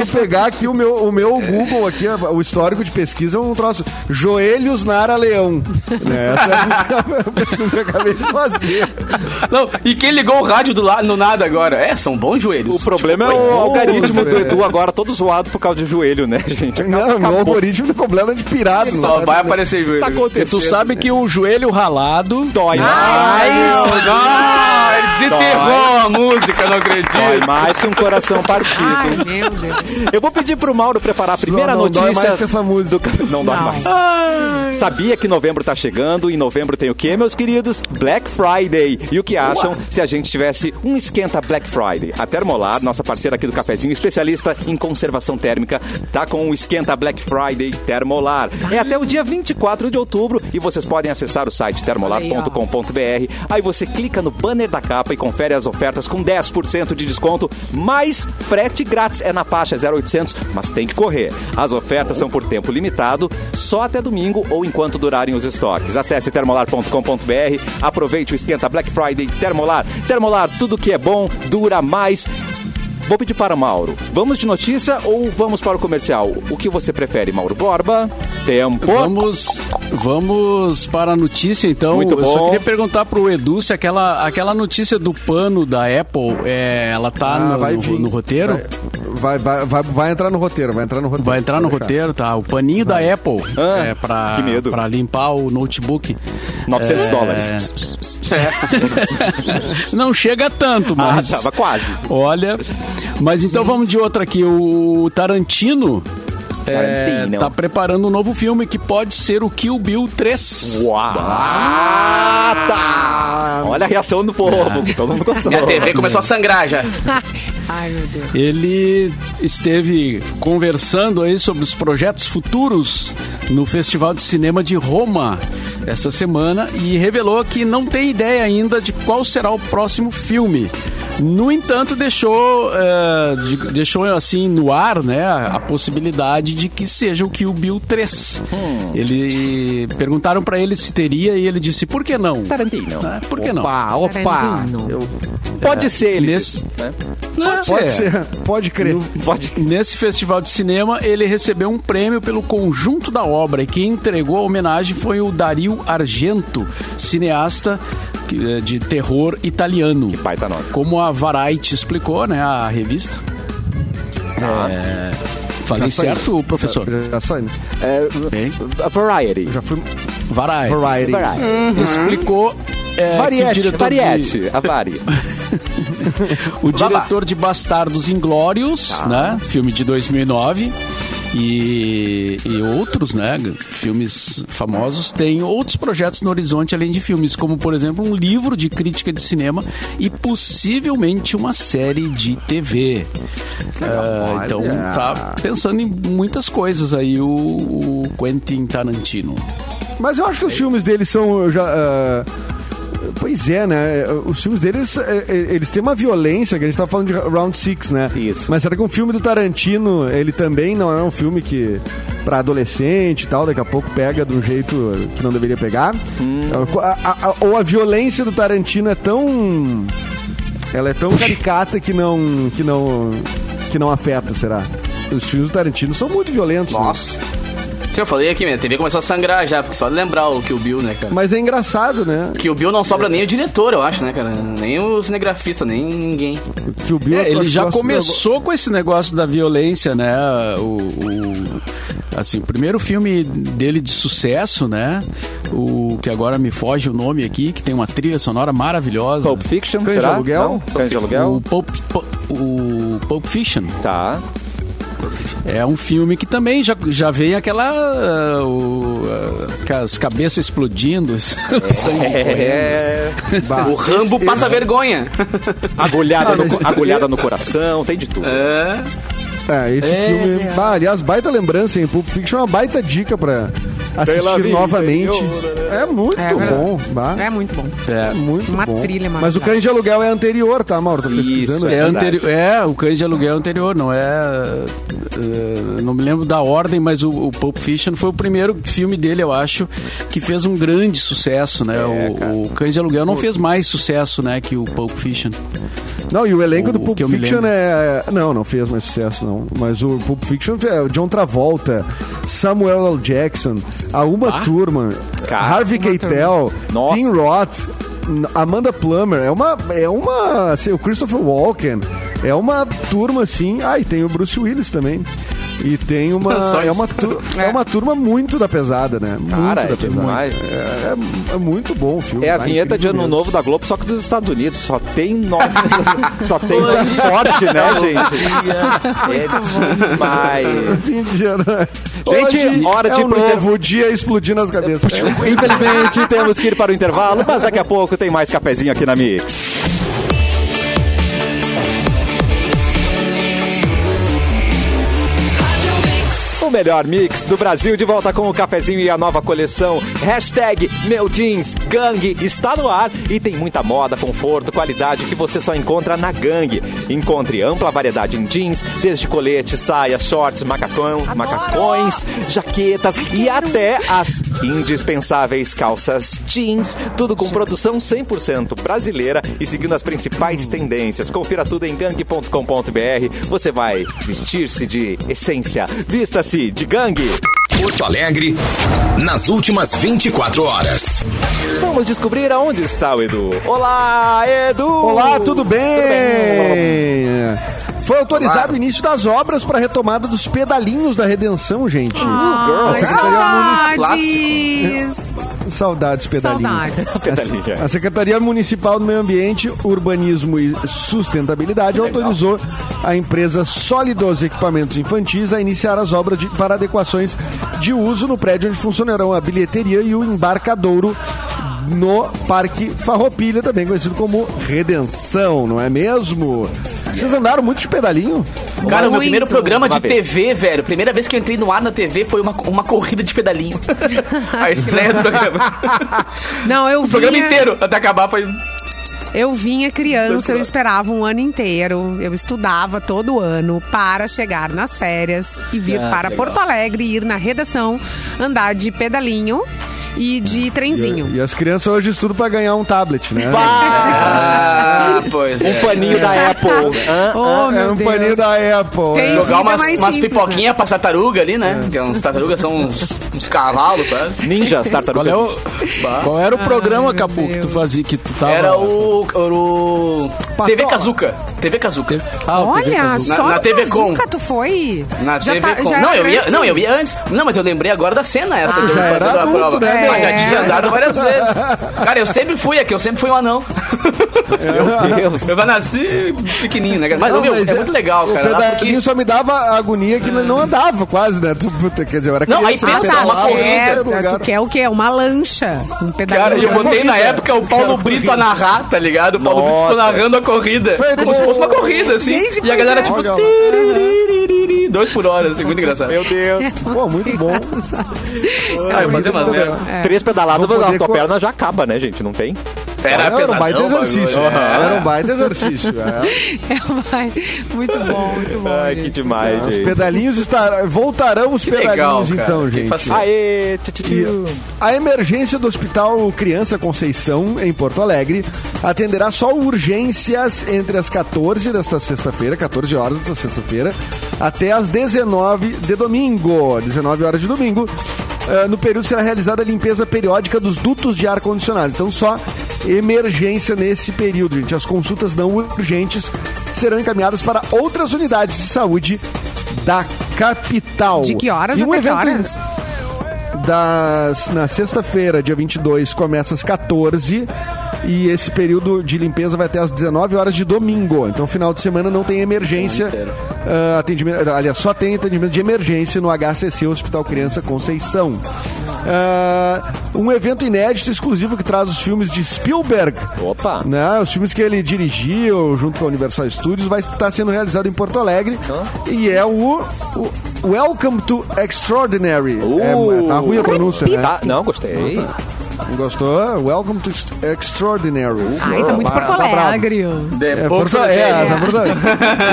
[SPEAKER 2] tu pegar aqui o meu, o meu Google aqui, o histórico de pesquisa é um troço. Joelhos Nara Leão. Né, Essa é [LAUGHS] a pesquisa que eu acabei de fazer.
[SPEAKER 3] Não, e quem ligou o rádio do lado no nada agora? É, são bons joelhos.
[SPEAKER 1] O problema é o
[SPEAKER 2] Tipo,
[SPEAKER 1] algoritmo do
[SPEAKER 2] é.
[SPEAKER 1] Edu agora todo zoado por causa de joelho, né, gente?
[SPEAKER 2] Não, meu algoritmo tá completamente pirado.
[SPEAKER 3] Só
[SPEAKER 2] né?
[SPEAKER 3] vai aparecer joelho.
[SPEAKER 1] Tá
[SPEAKER 5] Porque tu
[SPEAKER 1] acontecendo.
[SPEAKER 5] sabe que o joelho ralado
[SPEAKER 1] Dói
[SPEAKER 3] Ah,
[SPEAKER 1] mais.
[SPEAKER 3] isso! Ah, ele desenterrou a música, não
[SPEAKER 4] [LAUGHS]
[SPEAKER 1] Dói
[SPEAKER 3] acredito.
[SPEAKER 1] mais que um coração
[SPEAKER 4] Ai,
[SPEAKER 1] partido.
[SPEAKER 4] meu Deus.
[SPEAKER 1] Eu vou pedir pro Mauro preparar a primeira
[SPEAKER 2] não, não dói
[SPEAKER 1] notícia.
[SPEAKER 2] mais que essa música.
[SPEAKER 1] do- Não dói
[SPEAKER 4] Não.
[SPEAKER 1] mais. Sabia que novembro tá chegando e novembro tem o quê, meus queridos? Black Friday. E o que acham se a gente tivesse um esquenta Black Friday? A Termolar, nossa parceira aqui do cafezinho, especialista em conservação térmica, tá com o esquenta Black Friday Termolar. É até o dia 24 de outubro e vocês podem acessar o site termolar.com.br. Aí você clica no banner da capa e confere as ofertas com 10% de desconto, mais frete grátis. É na faixa 0800, mas tem que correr. As ofertas são por tempo limitado, só até domingo ou enquanto durarem os estoques. Acesse termolar.com.br, aproveite o esquenta Black Friday Termolar. Termolar, tudo que é bom dura mais. Vou pedir para o Mauro. Vamos de notícia ou vamos para o comercial? O que você prefere, Mauro Borba? Tempo.
[SPEAKER 5] Vamos, vamos para a notícia, então.
[SPEAKER 1] Muito
[SPEAKER 5] Eu
[SPEAKER 1] bom.
[SPEAKER 5] só queria perguntar pro Edu se aquela, aquela notícia do pano da Apple, é, ela tá
[SPEAKER 2] Ah,
[SPEAKER 5] no,
[SPEAKER 2] vai
[SPEAKER 5] no-
[SPEAKER 2] vir.
[SPEAKER 5] no roteiro?
[SPEAKER 2] Vai, vai,
[SPEAKER 5] Vai,
[SPEAKER 2] vai, vai- vai entrar no roteiro, vai entrar no roteiro.
[SPEAKER 5] entrar no
[SPEAKER 2] Pode deixar.
[SPEAKER 5] roteiro, tá? O paninho da Apple
[SPEAKER 1] Ah,
[SPEAKER 5] é, pra,
[SPEAKER 1] que medo.
[SPEAKER 5] pra limpar o notebook.
[SPEAKER 1] 900
[SPEAKER 5] É,
[SPEAKER 1] dólares.
[SPEAKER 5] Não chega tanto,
[SPEAKER 1] Ah,
[SPEAKER 5] mas...
[SPEAKER 1] tava quase.
[SPEAKER 5] Olha, mas então vamos de outra aqui. O Tarantino, é,
[SPEAKER 1] Tarantino.
[SPEAKER 5] tá preparando um novo filme que pode ser o Kill Bill 3.
[SPEAKER 1] Uau! Ah, tá! Olha a reação do povo, que todo mundo gostou.
[SPEAKER 3] Minha TV começou a sangrar já.
[SPEAKER 4] Ai, meu Deus.
[SPEAKER 5] Ele esteve conversando aí sobre os projetos futuros no Festival de Cinema de Roma essa semana e revelou que não tem ideia ainda de qual será o próximo filme. No entanto, deixou, eh, de- deixou assim no ar né, a a possibilidade de que seja o Kill Bill 3.
[SPEAKER 2] Hum.
[SPEAKER 5] Ele perguntaram para ele se teria e ele disse por que não?
[SPEAKER 1] Tarantino.
[SPEAKER 5] Né? Por que não?
[SPEAKER 2] Opa, opa.
[SPEAKER 4] Tarantino.
[SPEAKER 2] Eu-
[SPEAKER 1] Pode ser ele.
[SPEAKER 5] Nesse-
[SPEAKER 1] né?
[SPEAKER 5] Pode
[SPEAKER 2] pode ser, pode crer.
[SPEAKER 1] Pode.
[SPEAKER 5] Nesse festival de cinema, ele recebeu um prêmio pelo conjunto da obra e quem entregou a homenagem foi o Dario Argento, cineasta que, eh, de terror italiano.
[SPEAKER 1] Que baita nome.
[SPEAKER 5] Como a Variety explicou, né, a revista. É, Falei
[SPEAKER 2] Ah. Já saiu.
[SPEAKER 5] certo, professor?
[SPEAKER 2] Já, já saiu.
[SPEAKER 5] Bem,
[SPEAKER 1] A variety.
[SPEAKER 2] Já fui.
[SPEAKER 5] Variety.
[SPEAKER 2] Variety.
[SPEAKER 1] Variety.
[SPEAKER 5] Explicou é, que o
[SPEAKER 2] Uhum. Variety,
[SPEAKER 5] diretor de,
[SPEAKER 1] Variety. A vari.
[SPEAKER 5] O diretor de Bastardos Inglórios, né? Filme de 2009. E, e outros, né? Filmes famosos têm outros projetos no horizonte além de filmes, como por exemplo um livro de crítica de cinema e possivelmente uma série de TV. Ah, então tá pensando em muitas coisas aí o, o Quentin Tarantino.
[SPEAKER 2] Mas eu acho que os filmes dele são. Já, ah, Pois é, né? Os filmes deles, eh, eles têm uma violência, que a gente tá falando de Round Six, né?
[SPEAKER 1] Isso.
[SPEAKER 2] Mas será que um filme do Tarantino, ele também não é um filme que pra adolescente e tal, daqui a pouco pega de um jeito que não deveria pegar? É, A- a- a- ou a violência do Tarantino é tão... Ela é tão caricata que não... que não... que não afeta, será? Os filmes do Tarantino são muito violentos. né?
[SPEAKER 3] Nossa. Se eu falei aqui, minha TV começou a sangrar já, porque só de lembrar o Kill Bill, né, cara?
[SPEAKER 2] Mas é engraçado, né?
[SPEAKER 3] Que o Bill não sobra nem o diretor, eu acho, né, cara? Nem o cinegrafista, nem ninguém.
[SPEAKER 2] Que o Bill
[SPEAKER 5] É,
[SPEAKER 2] eu
[SPEAKER 5] ele
[SPEAKER 2] acho
[SPEAKER 5] já
[SPEAKER 2] que gosta do-
[SPEAKER 5] começou com esse negócio da violência, né? O, o- assim, o primeiro filme dele de sucesso, né? O que agora me foge o nome aqui, que tem uma trilha sonora maravilhosa.
[SPEAKER 1] Pulp Fiction,
[SPEAKER 2] Cães de
[SPEAKER 1] será?
[SPEAKER 2] aluguel?
[SPEAKER 1] Não? Cães de
[SPEAKER 5] O
[SPEAKER 1] aluguel?
[SPEAKER 5] Pulp, Pu- o Pulp Fiction
[SPEAKER 1] Tá.
[SPEAKER 5] é um filme que também já, já vem aquela. ah, o, ah, com as cabeças explodindo. [LAUGHS] sangue
[SPEAKER 1] É.
[SPEAKER 2] Bah,
[SPEAKER 3] o Rambo
[SPEAKER 2] esse-
[SPEAKER 3] passa vergonha.
[SPEAKER 1] Agulhada,
[SPEAKER 2] Ah, mas-
[SPEAKER 1] no, agulhada no coração, tem de tudo.
[SPEAKER 2] É, esse filme. Bah, aliás, baita lembrança, hein? Pulp Fiction é uma baita dica pra
[SPEAKER 1] Pela
[SPEAKER 2] assistir
[SPEAKER 1] vida
[SPEAKER 2] novamente. É muito
[SPEAKER 4] É verdade.
[SPEAKER 2] bom, bah.
[SPEAKER 4] É muito bom.
[SPEAKER 5] É.
[SPEAKER 2] É muito
[SPEAKER 4] Uma
[SPEAKER 2] bom.
[SPEAKER 4] trilha
[SPEAKER 2] Mas o
[SPEAKER 4] maravilhosa.
[SPEAKER 2] Cães de Aluguel é anterior, tá, Mauro? Tô
[SPEAKER 1] Isso,
[SPEAKER 2] pesquisando.
[SPEAKER 5] É,
[SPEAKER 2] aqui.
[SPEAKER 1] verdade.
[SPEAKER 5] anterior, é, o cães de aluguel é anterior, não é. eh, não me lembro da ordem, mas o, o Pulp Fiction foi o primeiro filme dele, eu acho, que fez um grande sucesso, né? O- o, Cães de Aluguel não fez mais sucesso, né, que o Pulp Fiction.
[SPEAKER 2] Não, e o elenco
[SPEAKER 5] O-
[SPEAKER 2] do
[SPEAKER 5] o
[SPEAKER 2] Pulp
[SPEAKER 5] que eu me
[SPEAKER 2] Fiction
[SPEAKER 5] lembro.
[SPEAKER 2] é. Não, não fez mais sucesso, não. Mas o Pulp Fiction é o John Travolta, Samuel L. Jackson, a Uma Turman,
[SPEAKER 1] Ah? Cara,
[SPEAKER 2] Harvey Keitel,
[SPEAKER 1] Nossa.
[SPEAKER 2] Tim Roth, Amanda Plummer. É uma. É uma. Assim, o Christopher Walken. É uma turma, assim. Ah, e tem o Bruce Willis também. E tem
[SPEAKER 1] [LAUGHS]
[SPEAKER 2] uma.
[SPEAKER 3] Só
[SPEAKER 2] É
[SPEAKER 3] isso.
[SPEAKER 2] uma, tur- é uma turma muito da pesada, né? Muito
[SPEAKER 1] Cara,
[SPEAKER 2] da
[SPEAKER 1] é
[SPEAKER 2] pesada.
[SPEAKER 1] demais.
[SPEAKER 2] É, é- é muito bom o filme.
[SPEAKER 1] É a
[SPEAKER 2] tá?
[SPEAKER 1] vinheta de
[SPEAKER 2] Incrível
[SPEAKER 1] Ano
[SPEAKER 2] mesmo.
[SPEAKER 1] Novo da Globo, só que dos Estados Unidos. Só tem
[SPEAKER 2] [LAUGHS]
[SPEAKER 1] nome. só tem nome forte, né, gente? É demais.
[SPEAKER 2] Fim de ano.
[SPEAKER 1] Gente,
[SPEAKER 2] Hoje
[SPEAKER 1] hora de
[SPEAKER 2] é
[SPEAKER 1] ir
[SPEAKER 2] um
[SPEAKER 1] pro
[SPEAKER 2] novo
[SPEAKER 1] intervalo.
[SPEAKER 2] dia explodindo as cabeças. É.
[SPEAKER 1] [LAUGHS] Infelizmente, temos que ir para o intervalo, mas daqui a pouco tem mais cafezinho aqui na Mix. O melhor mix do Brasil de volta com o cafezinho e a nova coleção. Hashtag meu jeans, gangue, está no ar e tem muita moda, conforto, qualidade que você só encontra na gangue. Encontre ampla variedade em jeans, desde colete, saia, shorts, macacão, macacões, jaquetas e até as indispensáveis calças jeans. Tudo com produção 100% brasileira e seguindo as principais tendências. Confira tudo em gangue.com.br. Você vai vestir-se de essência. Vista-se de gangue.
[SPEAKER 6] Porto Alegre, nas últimas 24 horas.
[SPEAKER 1] Vamos descobrir aonde está o Edu. Olá, Edu!
[SPEAKER 2] Olá, tudo bem? Foi autorizado o início das obras para a retomada dos pedalinhos da redenção, gente.
[SPEAKER 1] girl.
[SPEAKER 4] Ai,
[SPEAKER 3] Secretaria
[SPEAKER 4] saudades!
[SPEAKER 2] Saudades, pedalinhos.
[SPEAKER 4] Saudades.
[SPEAKER 2] A [LAUGHS]
[SPEAKER 1] Pedalinha.
[SPEAKER 2] Secretaria Municipal do Meio Ambiente, Urbanismo e Sustentabilidade autorizou a empresa Sólidos Equipamentos Infantis a iniciar as obras de- para adequações de uso no prédio onde funcionarão a bilheteria e o embarcadouro no Parque Farroupilha, também conhecido como Redenção, não é mesmo? Vocês andaram muito de pedalinho?
[SPEAKER 3] Cara, o meu
[SPEAKER 4] Muito.
[SPEAKER 3] primeiro programa de
[SPEAKER 1] Uma vez.
[SPEAKER 3] TV, velho. Primeira vez que eu entrei no ar na TV foi uma, uma corrida
[SPEAKER 1] [LAUGHS]
[SPEAKER 3] de pedalinho. a estreia do programa.
[SPEAKER 4] Não, eu
[SPEAKER 3] o programa
[SPEAKER 4] vinha-
[SPEAKER 3] inteiro, até acabar, foi...
[SPEAKER 4] Eu vinha criança, eu esperava um ano inteiro, eu estudava todo ano para chegar nas férias e vir
[SPEAKER 2] Ah,
[SPEAKER 4] para Porto Alegre, ir na redação, andar de pedalinho e de trenzinho.
[SPEAKER 2] E as crianças hoje estudam para ganhar um tablet, né?
[SPEAKER 3] Ah, pois
[SPEAKER 1] Um paninho da Apple. Hã?
[SPEAKER 4] Oh,
[SPEAKER 2] é
[SPEAKER 4] meu
[SPEAKER 2] um
[SPEAKER 4] Deus.
[SPEAKER 2] paninho da Apple.
[SPEAKER 4] Tem-
[SPEAKER 2] é.
[SPEAKER 3] Jogar
[SPEAKER 4] Vida
[SPEAKER 3] umas,
[SPEAKER 4] mais
[SPEAKER 3] umas
[SPEAKER 4] simples,
[SPEAKER 3] pipoquinhas pra tartaruga ali, né? Porque uns tartarugas são uns, uns cavalos, parece.
[SPEAKER 1] Ninjas,
[SPEAKER 5] Qual,
[SPEAKER 1] tartarugas.
[SPEAKER 5] é o, qual era o programa,
[SPEAKER 4] Ah, meu
[SPEAKER 5] Capu, que tu
[SPEAKER 4] Deus.
[SPEAKER 5] fazia, que tu tava...
[SPEAKER 3] Era o. Era o TV Kazuca. TV Kazuca.
[SPEAKER 5] Ah, o TV
[SPEAKER 4] Olha,
[SPEAKER 5] Casulo.
[SPEAKER 4] só
[SPEAKER 3] Na- na
[SPEAKER 4] no
[SPEAKER 3] TV Com.
[SPEAKER 4] Kazuca tu foi?
[SPEAKER 3] Na TV
[SPEAKER 4] tá-
[SPEAKER 3] com...
[SPEAKER 4] já
[SPEAKER 3] não,
[SPEAKER 4] era
[SPEAKER 3] eu ia,
[SPEAKER 4] grande?
[SPEAKER 3] não, eu ia antes. Não, mas eu lembrei agora da cena essa. que eu
[SPEAKER 2] já
[SPEAKER 3] ia
[SPEAKER 2] era
[SPEAKER 3] fazer uma
[SPEAKER 2] adulto, né,
[SPEAKER 4] meu?
[SPEAKER 3] Mas já tinha
[SPEAKER 4] É.
[SPEAKER 3] andado várias vezes. Cara, eu sempre sempre fui aqui, eu sempre fui um anão. [LAUGHS]
[SPEAKER 1] Meu Deus.
[SPEAKER 3] Eu já nasci pequenininho, né? cara? Mas,
[SPEAKER 2] Não,
[SPEAKER 3] meu,
[SPEAKER 2] mas
[SPEAKER 3] é,
[SPEAKER 2] é-
[SPEAKER 3] muito legal,
[SPEAKER 2] O
[SPEAKER 3] cara. dá porque-
[SPEAKER 2] pedalinho só me dava a agonia que não andava quase, né? Tu, puta, quer dizer, eu era
[SPEAKER 3] Não, aí
[SPEAKER 2] criança,
[SPEAKER 3] pensa,
[SPEAKER 2] pedalava
[SPEAKER 3] uma
[SPEAKER 2] em
[SPEAKER 4] Ah, É,
[SPEAKER 2] qualquer lugar.
[SPEAKER 4] tu quer o quê? Uma lancha. Um
[SPEAKER 3] Cara,
[SPEAKER 4] pedaço.
[SPEAKER 3] eu botei na
[SPEAKER 2] corrida.
[SPEAKER 3] época o Paulo
[SPEAKER 2] Quero
[SPEAKER 3] Brito
[SPEAKER 2] corrida.
[SPEAKER 3] a narrar, tá ligado? O Paulo
[SPEAKER 1] Nossa.
[SPEAKER 3] Brito narrando a corrida.
[SPEAKER 2] Foi
[SPEAKER 3] como se fosse uma
[SPEAKER 2] bom.
[SPEAKER 3] corrida, assim.
[SPEAKER 4] Gente,
[SPEAKER 3] e a
[SPEAKER 4] pois
[SPEAKER 3] galera,
[SPEAKER 4] é.
[SPEAKER 3] tipo,
[SPEAKER 2] Olha lá.
[SPEAKER 3] tiriririririri, dois por hora, assim, muito engraçado.
[SPEAKER 1] Meu Deus.
[SPEAKER 2] Pô, muito bom.
[SPEAKER 3] [LAUGHS]
[SPEAKER 4] [LAUGHS]
[SPEAKER 3] Ah, eu fazia umas
[SPEAKER 2] Muito
[SPEAKER 3] merda.
[SPEAKER 4] É.
[SPEAKER 2] bem.
[SPEAKER 1] Três pedaladas,
[SPEAKER 2] Vou
[SPEAKER 1] a
[SPEAKER 2] poder
[SPEAKER 1] tua
[SPEAKER 2] co-
[SPEAKER 1] perna já acaba, né, gente? Não tem?
[SPEAKER 3] Era
[SPEAKER 2] Era um
[SPEAKER 3] pesadão,
[SPEAKER 2] baita
[SPEAKER 3] o bagulho. né?
[SPEAKER 2] exercício.
[SPEAKER 3] Aham.
[SPEAKER 2] Era um
[SPEAKER 3] [LAUGHS]
[SPEAKER 2] baita exercício. é.
[SPEAKER 4] Muito bom, muito bom.
[SPEAKER 1] Ai, que
[SPEAKER 4] gente.
[SPEAKER 1] demais,
[SPEAKER 2] Os
[SPEAKER 1] gente.
[SPEAKER 2] pedalinhos estarão, voltarão os
[SPEAKER 3] Que legal,
[SPEAKER 2] pedalinhos,
[SPEAKER 3] cara.
[SPEAKER 2] então,
[SPEAKER 3] Que
[SPEAKER 2] gente.
[SPEAKER 3] fascinante.
[SPEAKER 1] Aê, tch, tch, tch.
[SPEAKER 2] E A emergência do Hospital Criança Conceição, em Porto Alegre, atenderá só urgências entre as 14 desta sexta-feira, 14 horas desta sexta-feira, até às 19 de domingo, 19 horas de domingo. Ah, no período será realizada a limpeza periódica dos dutos de ar-condicionado. Então, só emergência nesse período, gente. As consultas não urgentes serão encaminhadas para outras unidades de saúde da capital.
[SPEAKER 4] De que horas
[SPEAKER 2] E um
[SPEAKER 4] até que
[SPEAKER 2] evento-
[SPEAKER 4] horas?
[SPEAKER 2] das, na sexta-feira, dia 22, começa às 14 e esse período de limpeza vai até às 19 horas de domingo. Então, final de semana não tem emergência. ah, atendimento, aliás, só tem atendimento de emergência no HCC Hospital Criança Conceição. Ah, um evento inédito exclusivo que traz os filmes de Spielberg.
[SPEAKER 1] Opa.
[SPEAKER 2] Né? Os filmes que ele dirigiu junto com a Universal Studios vai estar sendo realizado em Porto Alegre. E é o, o Welcome to Extraordinary. É, tá ruim a pronúncia, né?
[SPEAKER 1] Tá- não, gostei.
[SPEAKER 2] Gostou? Welcome to Ex- Extraordinary.
[SPEAKER 4] Ai, tá muito Porto
[SPEAKER 2] brabo.
[SPEAKER 4] Alegre.
[SPEAKER 2] É,
[SPEAKER 3] Depois
[SPEAKER 2] Porto
[SPEAKER 3] da
[SPEAKER 2] Alegre. É,
[SPEAKER 3] gente.
[SPEAKER 2] tá Porto Alegre.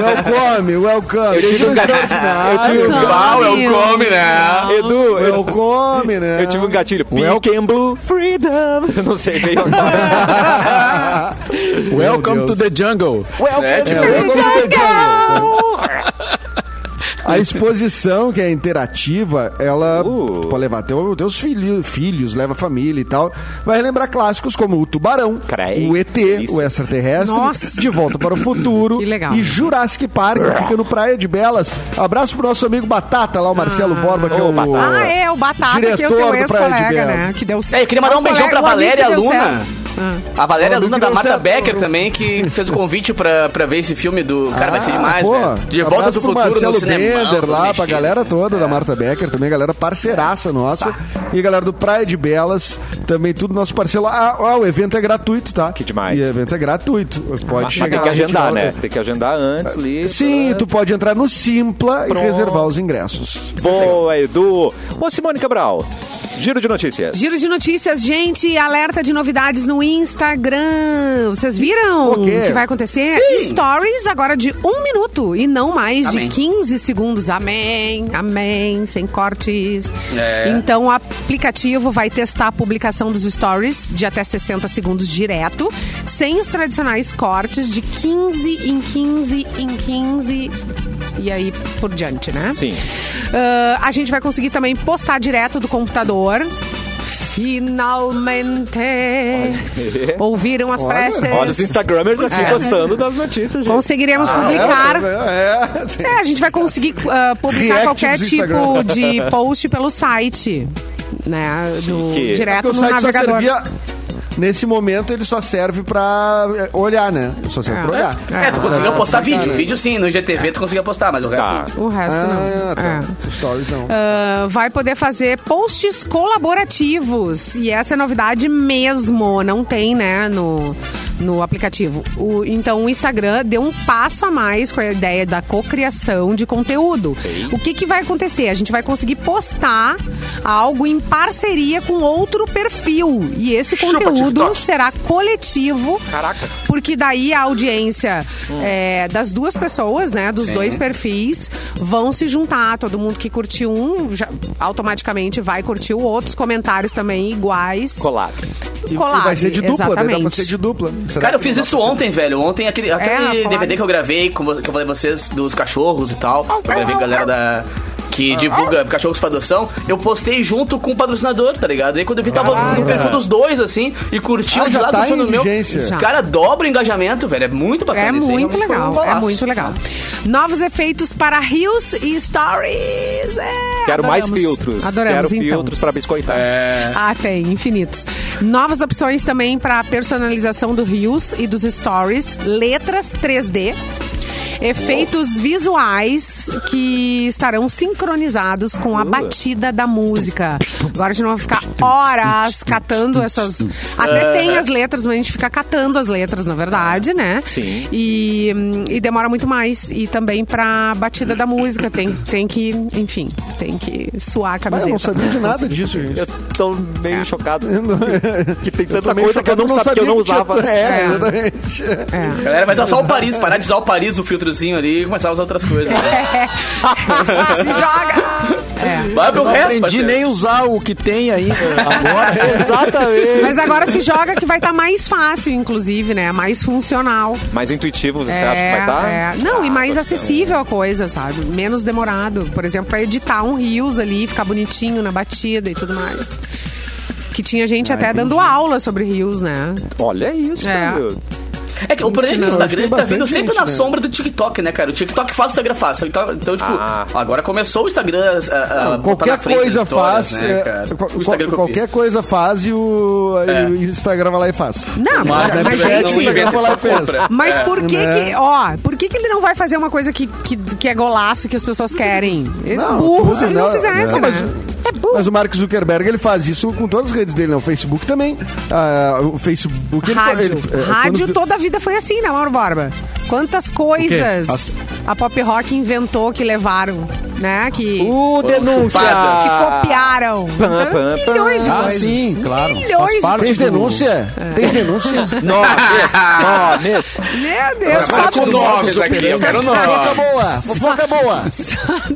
[SPEAKER 2] Welcome, welcome. Eu tive um
[SPEAKER 1] eu tive um
[SPEAKER 2] extraordinário.
[SPEAKER 3] Pau, é o
[SPEAKER 4] Meu
[SPEAKER 3] come, né?
[SPEAKER 1] Edu,
[SPEAKER 4] Ah,
[SPEAKER 1] eu,
[SPEAKER 2] Welcome, né?
[SPEAKER 1] eu tive um gatilho.
[SPEAKER 2] Welcome.
[SPEAKER 1] Pink and Blue [LAUGHS] Freedom. Não sei, veio
[SPEAKER 2] [LAUGHS]
[SPEAKER 1] agora.
[SPEAKER 5] Welcome
[SPEAKER 2] Meu
[SPEAKER 5] to
[SPEAKER 2] Deus.
[SPEAKER 5] the jungle.
[SPEAKER 1] Welcome
[SPEAKER 2] É,
[SPEAKER 1] to the
[SPEAKER 2] welcome to the jungle.
[SPEAKER 1] jungle.
[SPEAKER 2] A exposição, que é interativa, ela tipo,
[SPEAKER 1] Uh.
[SPEAKER 2] tu pode levar teu, teus filhos, filhos, leva a família e tal. Vai relembrar clássicos como o Tubarão,
[SPEAKER 1] Creio,
[SPEAKER 2] o ET,
[SPEAKER 1] delícia.
[SPEAKER 2] o Extraterrestre,
[SPEAKER 4] Nossa.
[SPEAKER 2] De Volta para o Futuro
[SPEAKER 4] [LAUGHS] Que legal.
[SPEAKER 2] e Jurassic Park, que fica no Praia de Belas. Abraço pro nosso amigo Batata lá, o Marcelo Borba, que é
[SPEAKER 1] Ô,
[SPEAKER 2] o
[SPEAKER 1] Batata.
[SPEAKER 4] Ah, é, o Batata, que é
[SPEAKER 2] Diretor
[SPEAKER 4] o teu
[SPEAKER 2] do Praia de
[SPEAKER 4] ex-colega,
[SPEAKER 2] Belas.
[SPEAKER 4] né? Que deu certo.
[SPEAKER 3] É, eu queria mandar um
[SPEAKER 4] O
[SPEAKER 3] beijão
[SPEAKER 4] colega-
[SPEAKER 3] pra
[SPEAKER 4] o amigo
[SPEAKER 3] Valéria
[SPEAKER 4] que deu
[SPEAKER 3] Aluna.
[SPEAKER 4] certo.
[SPEAKER 3] A Valéria
[SPEAKER 2] Ah,
[SPEAKER 3] Aluna
[SPEAKER 2] amigo
[SPEAKER 3] da
[SPEAKER 2] deu
[SPEAKER 3] Mata
[SPEAKER 2] certo.
[SPEAKER 3] Becker também, que fez o convite pra, pra ver esse filme do. Cara, vai ser
[SPEAKER 2] Ah,
[SPEAKER 3] demais,
[SPEAKER 2] pô,
[SPEAKER 3] né? De volta
[SPEAKER 2] abraço
[SPEAKER 3] do
[SPEAKER 2] pro
[SPEAKER 3] futuro
[SPEAKER 2] Marcelo
[SPEAKER 3] no cinema.
[SPEAKER 2] Bender lá, pra galera toda da Marta Becker também, galera parceiraça nossa. E a galera do Praia de Belas, também tudo nosso parceiro. Ah, ah, o evento é gratuito, tá?
[SPEAKER 1] Que demais.
[SPEAKER 2] E o evento é gratuito. Pode
[SPEAKER 1] Mas
[SPEAKER 2] chegar
[SPEAKER 1] tem que
[SPEAKER 2] lá, a gente
[SPEAKER 1] agendar, né?
[SPEAKER 2] volta.
[SPEAKER 1] Tem que agendar antes ali.
[SPEAKER 2] Sim, tu pode entrar no Simpla e
[SPEAKER 1] Pronto.
[SPEAKER 2] reservar os ingressos.
[SPEAKER 1] Boa, Edu. Ô, Simone Cabral, giro de notícias.
[SPEAKER 4] Giro de notícias, gente. Alerta de novidades no Instagram. Vocês viram
[SPEAKER 2] O quê?
[SPEAKER 4] que vai acontecer?
[SPEAKER 3] Sim.
[SPEAKER 4] Stories agora de um minuto e não mais
[SPEAKER 3] Amém.
[SPEAKER 4] de 15 segundos. Amém, amém, sem cortes.
[SPEAKER 3] É.
[SPEAKER 4] Então o aplicativo vai testar a publicação dos stories de até 60 segundos direto, sem os tradicionais cortes de 15 em 15 em 15 e aí por diante, né?
[SPEAKER 1] Sim.
[SPEAKER 4] Ah, a gente vai conseguir também postar direto do computador. Finalmente! Ouviram as preces?
[SPEAKER 1] Olha os Instagramers assim
[SPEAKER 4] É.
[SPEAKER 1] gostando das notícias, gente. ah,
[SPEAKER 4] Conseguiremos publicar.
[SPEAKER 2] É, tem-
[SPEAKER 4] É, a gente vai conseguir ah, publicar
[SPEAKER 2] React
[SPEAKER 4] qualquer
[SPEAKER 2] dos
[SPEAKER 4] tipo
[SPEAKER 2] Instagram.
[SPEAKER 4] de post pelo site. Né, do,
[SPEAKER 1] Chique.
[SPEAKER 2] é Porque
[SPEAKER 4] direto
[SPEAKER 2] o
[SPEAKER 4] no
[SPEAKER 2] site só
[SPEAKER 4] um navegador.
[SPEAKER 2] servia. Nesse momento ele só serve pra eh, olhar, né? Só serve
[SPEAKER 4] É.
[SPEAKER 2] pra olhar.
[SPEAKER 3] É, tu conseguiu
[SPEAKER 2] Ah,
[SPEAKER 3] postar vídeo.
[SPEAKER 2] cara.
[SPEAKER 3] Vídeo sim, no IGTV tu conseguia postar, mas o resto.
[SPEAKER 1] Tá.
[SPEAKER 3] não.
[SPEAKER 4] O resto não.
[SPEAKER 2] Ah, tá.
[SPEAKER 4] É.
[SPEAKER 2] Stories não.
[SPEAKER 4] Ah, vai poder fazer posts colaborativos. E essa é novidade mesmo. Não tem, né, no, no aplicativo. O- então, o Instagram deu um passo a mais com a ideia da cocriação de conteúdo. O que, que vai acontecer? A gente vai conseguir postar algo em parceria com outro perfil. E esse conteúdo será coletivo. Caraca. Porque daí a audiência
[SPEAKER 3] Hum.
[SPEAKER 4] é, das duas pessoas, né, dos dois perfis, vão se juntar. Todo mundo que curtiu um já automaticamente vai curtir o outro. Os comentários também iguais.
[SPEAKER 1] Colar.
[SPEAKER 2] E- e
[SPEAKER 4] collab,
[SPEAKER 2] vai ser de dupla, daí dá pra
[SPEAKER 4] exatamente.
[SPEAKER 2] ser de dupla. Será
[SPEAKER 3] Cara, eu
[SPEAKER 2] que
[SPEAKER 3] fiz
[SPEAKER 2] dá
[SPEAKER 3] isso
[SPEAKER 2] pra ser?
[SPEAKER 3] ontem, velho. Ontem, aquele,
[SPEAKER 4] É,
[SPEAKER 3] aquele
[SPEAKER 4] claro. Ah,
[SPEAKER 3] DVD que eu gravei, com vo- que eu falei pra vocês, dos cachorros e tal. Eu gravei com a galera da, que divulga cachorros pra adoção, eu postei junto com o patrocinador, tá ligado? Aí quando eu vi tava
[SPEAKER 4] Ah,
[SPEAKER 3] no perfil dos dois, assim, e curtiu
[SPEAKER 2] Ah,
[SPEAKER 3] de
[SPEAKER 2] já
[SPEAKER 3] lá
[SPEAKER 2] tá
[SPEAKER 3] do fundo
[SPEAKER 2] em
[SPEAKER 3] meu.
[SPEAKER 2] vigência.
[SPEAKER 4] é. Já.
[SPEAKER 3] Cara, dobra o engajamento, velho. É muito bacana
[SPEAKER 4] É
[SPEAKER 3] isso aí, realmente foi
[SPEAKER 4] muito
[SPEAKER 3] um
[SPEAKER 4] legal, é
[SPEAKER 3] golaço.
[SPEAKER 4] muito legal. Novos efeitos para rios e stories. É,
[SPEAKER 1] Quero mais
[SPEAKER 4] adoramos.
[SPEAKER 1] filtros.
[SPEAKER 4] Adoramos,
[SPEAKER 1] Quero
[SPEAKER 4] então.
[SPEAKER 1] filtros pra biscoitar.
[SPEAKER 2] É.
[SPEAKER 4] Ah, tem, infinitos. Novas opções também para personalização do Rios e dos Stories, letras 3D. Efeitos visuais que estarão sincronizados com a batida da música. Agora a gente não vai ficar horas catando essas. Até tem as letras, mas a gente fica catando as letras, na verdade, né?
[SPEAKER 1] Sim.
[SPEAKER 4] E, hum, e demora muito mais. E também pra batida da música. Tem, tem que, enfim, tem que suar a
[SPEAKER 2] Mas
[SPEAKER 4] camiseta.
[SPEAKER 2] eu não sabia de nada disso, gente.
[SPEAKER 1] Eu tô meio chocado que tem tanta
[SPEAKER 2] também
[SPEAKER 1] coisa que eu não, sabia, que eu não usava.
[SPEAKER 2] É,
[SPEAKER 4] É.
[SPEAKER 2] exatamente.
[SPEAKER 4] É.
[SPEAKER 3] Galera, mas é só o Paris, parar de usar o Paris, o filtrozinho ali e começar a usar outras
[SPEAKER 4] [LAUGHS]
[SPEAKER 3] coisas.
[SPEAKER 4] Se joga! É.
[SPEAKER 3] Vai pro
[SPEAKER 5] Não
[SPEAKER 3] resto,
[SPEAKER 5] aprendi
[SPEAKER 3] parceiro.
[SPEAKER 5] nem usar o que tem ainda agora.
[SPEAKER 1] Exatamente.
[SPEAKER 4] Mas agora se joga que vai estar mais fácil, inclusive, né? Mais funcional.
[SPEAKER 1] Mais intuitivo, você acha que vai dar? Ah, então.
[SPEAKER 4] é. Não, e mais acessível a coisa, sabe? Menos demorado. Por exemplo, pra editar um Reels ali, ficar bonitinho na batida e tudo mais. Que tinha gente até dando aula sobre Reels, né?
[SPEAKER 1] Olha isso,
[SPEAKER 4] É.
[SPEAKER 1] meu.
[SPEAKER 3] É que o problema do
[SPEAKER 2] Não,
[SPEAKER 3] Instagram
[SPEAKER 2] tem
[SPEAKER 3] é que tá vindo
[SPEAKER 2] bastante
[SPEAKER 3] sempre
[SPEAKER 2] gente,
[SPEAKER 3] na
[SPEAKER 2] né?
[SPEAKER 3] sombra do TikTok, né, cara? O TikTok faz, o Instagram faz. Então, então, tipo,
[SPEAKER 1] Ah.
[SPEAKER 3] agora começou o Instagram a- a, a botar tá na
[SPEAKER 2] Qualquer
[SPEAKER 3] frente
[SPEAKER 2] coisa
[SPEAKER 3] as histórias,
[SPEAKER 2] faz.
[SPEAKER 3] né,
[SPEAKER 2] é,
[SPEAKER 3] cara?
[SPEAKER 2] qual-
[SPEAKER 3] O Instagram
[SPEAKER 2] qual-
[SPEAKER 3] copia.
[SPEAKER 2] qualquer coisa faz e o, e o Instagram vai lá e faz.
[SPEAKER 3] Mas,
[SPEAKER 4] Não, mas, mas,
[SPEAKER 3] né,
[SPEAKER 2] Mas
[SPEAKER 3] gente,
[SPEAKER 2] é que
[SPEAKER 3] não
[SPEAKER 2] o Instagram
[SPEAKER 3] inventa,
[SPEAKER 2] vai lá
[SPEAKER 3] só
[SPEAKER 2] e fez.
[SPEAKER 3] compra.
[SPEAKER 4] mas por que
[SPEAKER 2] Né?
[SPEAKER 4] que... Ó, por que que ele não vai fazer uma coisa que, que, que é golaço, que as pessoas querem? Ele é
[SPEAKER 2] Não,
[SPEAKER 4] burro
[SPEAKER 2] tudo
[SPEAKER 4] se ele
[SPEAKER 2] bem,
[SPEAKER 4] não
[SPEAKER 2] não,
[SPEAKER 4] fizesse,
[SPEAKER 2] não,
[SPEAKER 4] né?
[SPEAKER 2] mas-
[SPEAKER 4] É burro.
[SPEAKER 2] Mas o Mark Zuckerberg, ele faz isso com todas as redes dele, né? O Facebook também. Ah, o Facebook... ele-
[SPEAKER 4] Rádio.
[SPEAKER 2] ele- é,
[SPEAKER 4] Rádio
[SPEAKER 2] quando-
[SPEAKER 4] toda a vida foi assim, né, Mauro Borba? Quantas coisas
[SPEAKER 5] As-
[SPEAKER 4] a pop rock inventou que levaram, né? Que,
[SPEAKER 2] Uh,
[SPEAKER 1] O
[SPEAKER 3] Foram
[SPEAKER 1] denúncia.
[SPEAKER 3] chupadas.
[SPEAKER 4] que copiaram. Então,
[SPEAKER 1] Pam, pam, pam.
[SPEAKER 4] milhões de
[SPEAKER 5] Ah,
[SPEAKER 4] coisas.
[SPEAKER 5] sim, claro.
[SPEAKER 4] Milhões de
[SPEAKER 5] Faz parte
[SPEAKER 2] Tem
[SPEAKER 4] coisas.
[SPEAKER 5] do-
[SPEAKER 2] denúncia?
[SPEAKER 4] É.
[SPEAKER 2] Tem denúncia?
[SPEAKER 1] Ah, Nossa, nossa.
[SPEAKER 4] Meu Deus,
[SPEAKER 3] Mas
[SPEAKER 4] só
[SPEAKER 3] com
[SPEAKER 4] do-
[SPEAKER 3] nomes aqui, eu quero
[SPEAKER 2] Fofoca
[SPEAKER 3] nomes.
[SPEAKER 2] boa, fofoca boa.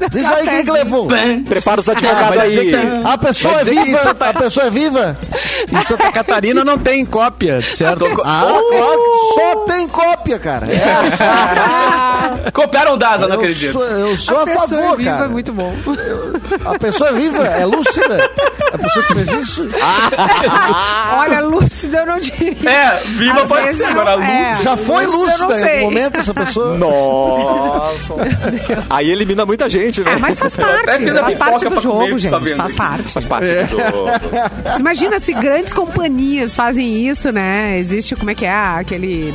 [SPEAKER 2] Diz aí quem que levou.
[SPEAKER 1] Prepara os advogados
[SPEAKER 5] vai
[SPEAKER 1] aí.
[SPEAKER 5] dizer
[SPEAKER 2] A pessoa é
[SPEAKER 5] Vai dizer que
[SPEAKER 2] viva,
[SPEAKER 5] isso tá-
[SPEAKER 2] a pessoa é viva.
[SPEAKER 5] Em Santa Catarina não tem cópia, certo?
[SPEAKER 3] Tô co-
[SPEAKER 2] Ah, claro, só tem cópia, cara. É,
[SPEAKER 3] Copiaram o Daza, não
[SPEAKER 2] eu,
[SPEAKER 3] acredito.
[SPEAKER 2] sou, eu sou a,
[SPEAKER 4] A pessoa
[SPEAKER 2] favor,
[SPEAKER 4] viva
[SPEAKER 2] cara.
[SPEAKER 4] é
[SPEAKER 2] [LAUGHS]
[SPEAKER 4] muito bom.
[SPEAKER 2] A pessoa é viva é lúcida. A pessoa que fez isso
[SPEAKER 4] Olha, lúcida eu não diria.
[SPEAKER 3] É, viva
[SPEAKER 4] Às
[SPEAKER 3] pode
[SPEAKER 4] vezes
[SPEAKER 3] ser,
[SPEAKER 4] eu
[SPEAKER 3] agora
[SPEAKER 4] não- é.
[SPEAKER 2] já foi
[SPEAKER 4] Lúcida eu não
[SPEAKER 2] lúcida em
[SPEAKER 4] sei.
[SPEAKER 2] algum momento, essa pessoa.
[SPEAKER 1] Nossa. Aí elimina muita gente, né?
[SPEAKER 4] É,
[SPEAKER 3] [LAUGHS]
[SPEAKER 4] mas faz
[SPEAKER 3] até
[SPEAKER 4] parte,
[SPEAKER 3] fiz a
[SPEAKER 4] faz parte
[SPEAKER 3] pipoca pra
[SPEAKER 4] do
[SPEAKER 3] comer,
[SPEAKER 4] jogo,
[SPEAKER 3] tá
[SPEAKER 4] gente,
[SPEAKER 3] vendo?
[SPEAKER 4] faz parte.
[SPEAKER 1] Faz parte do...
[SPEAKER 4] Você imagina se grandes companhias fazem isso, né? Existe, como é que é, aquele...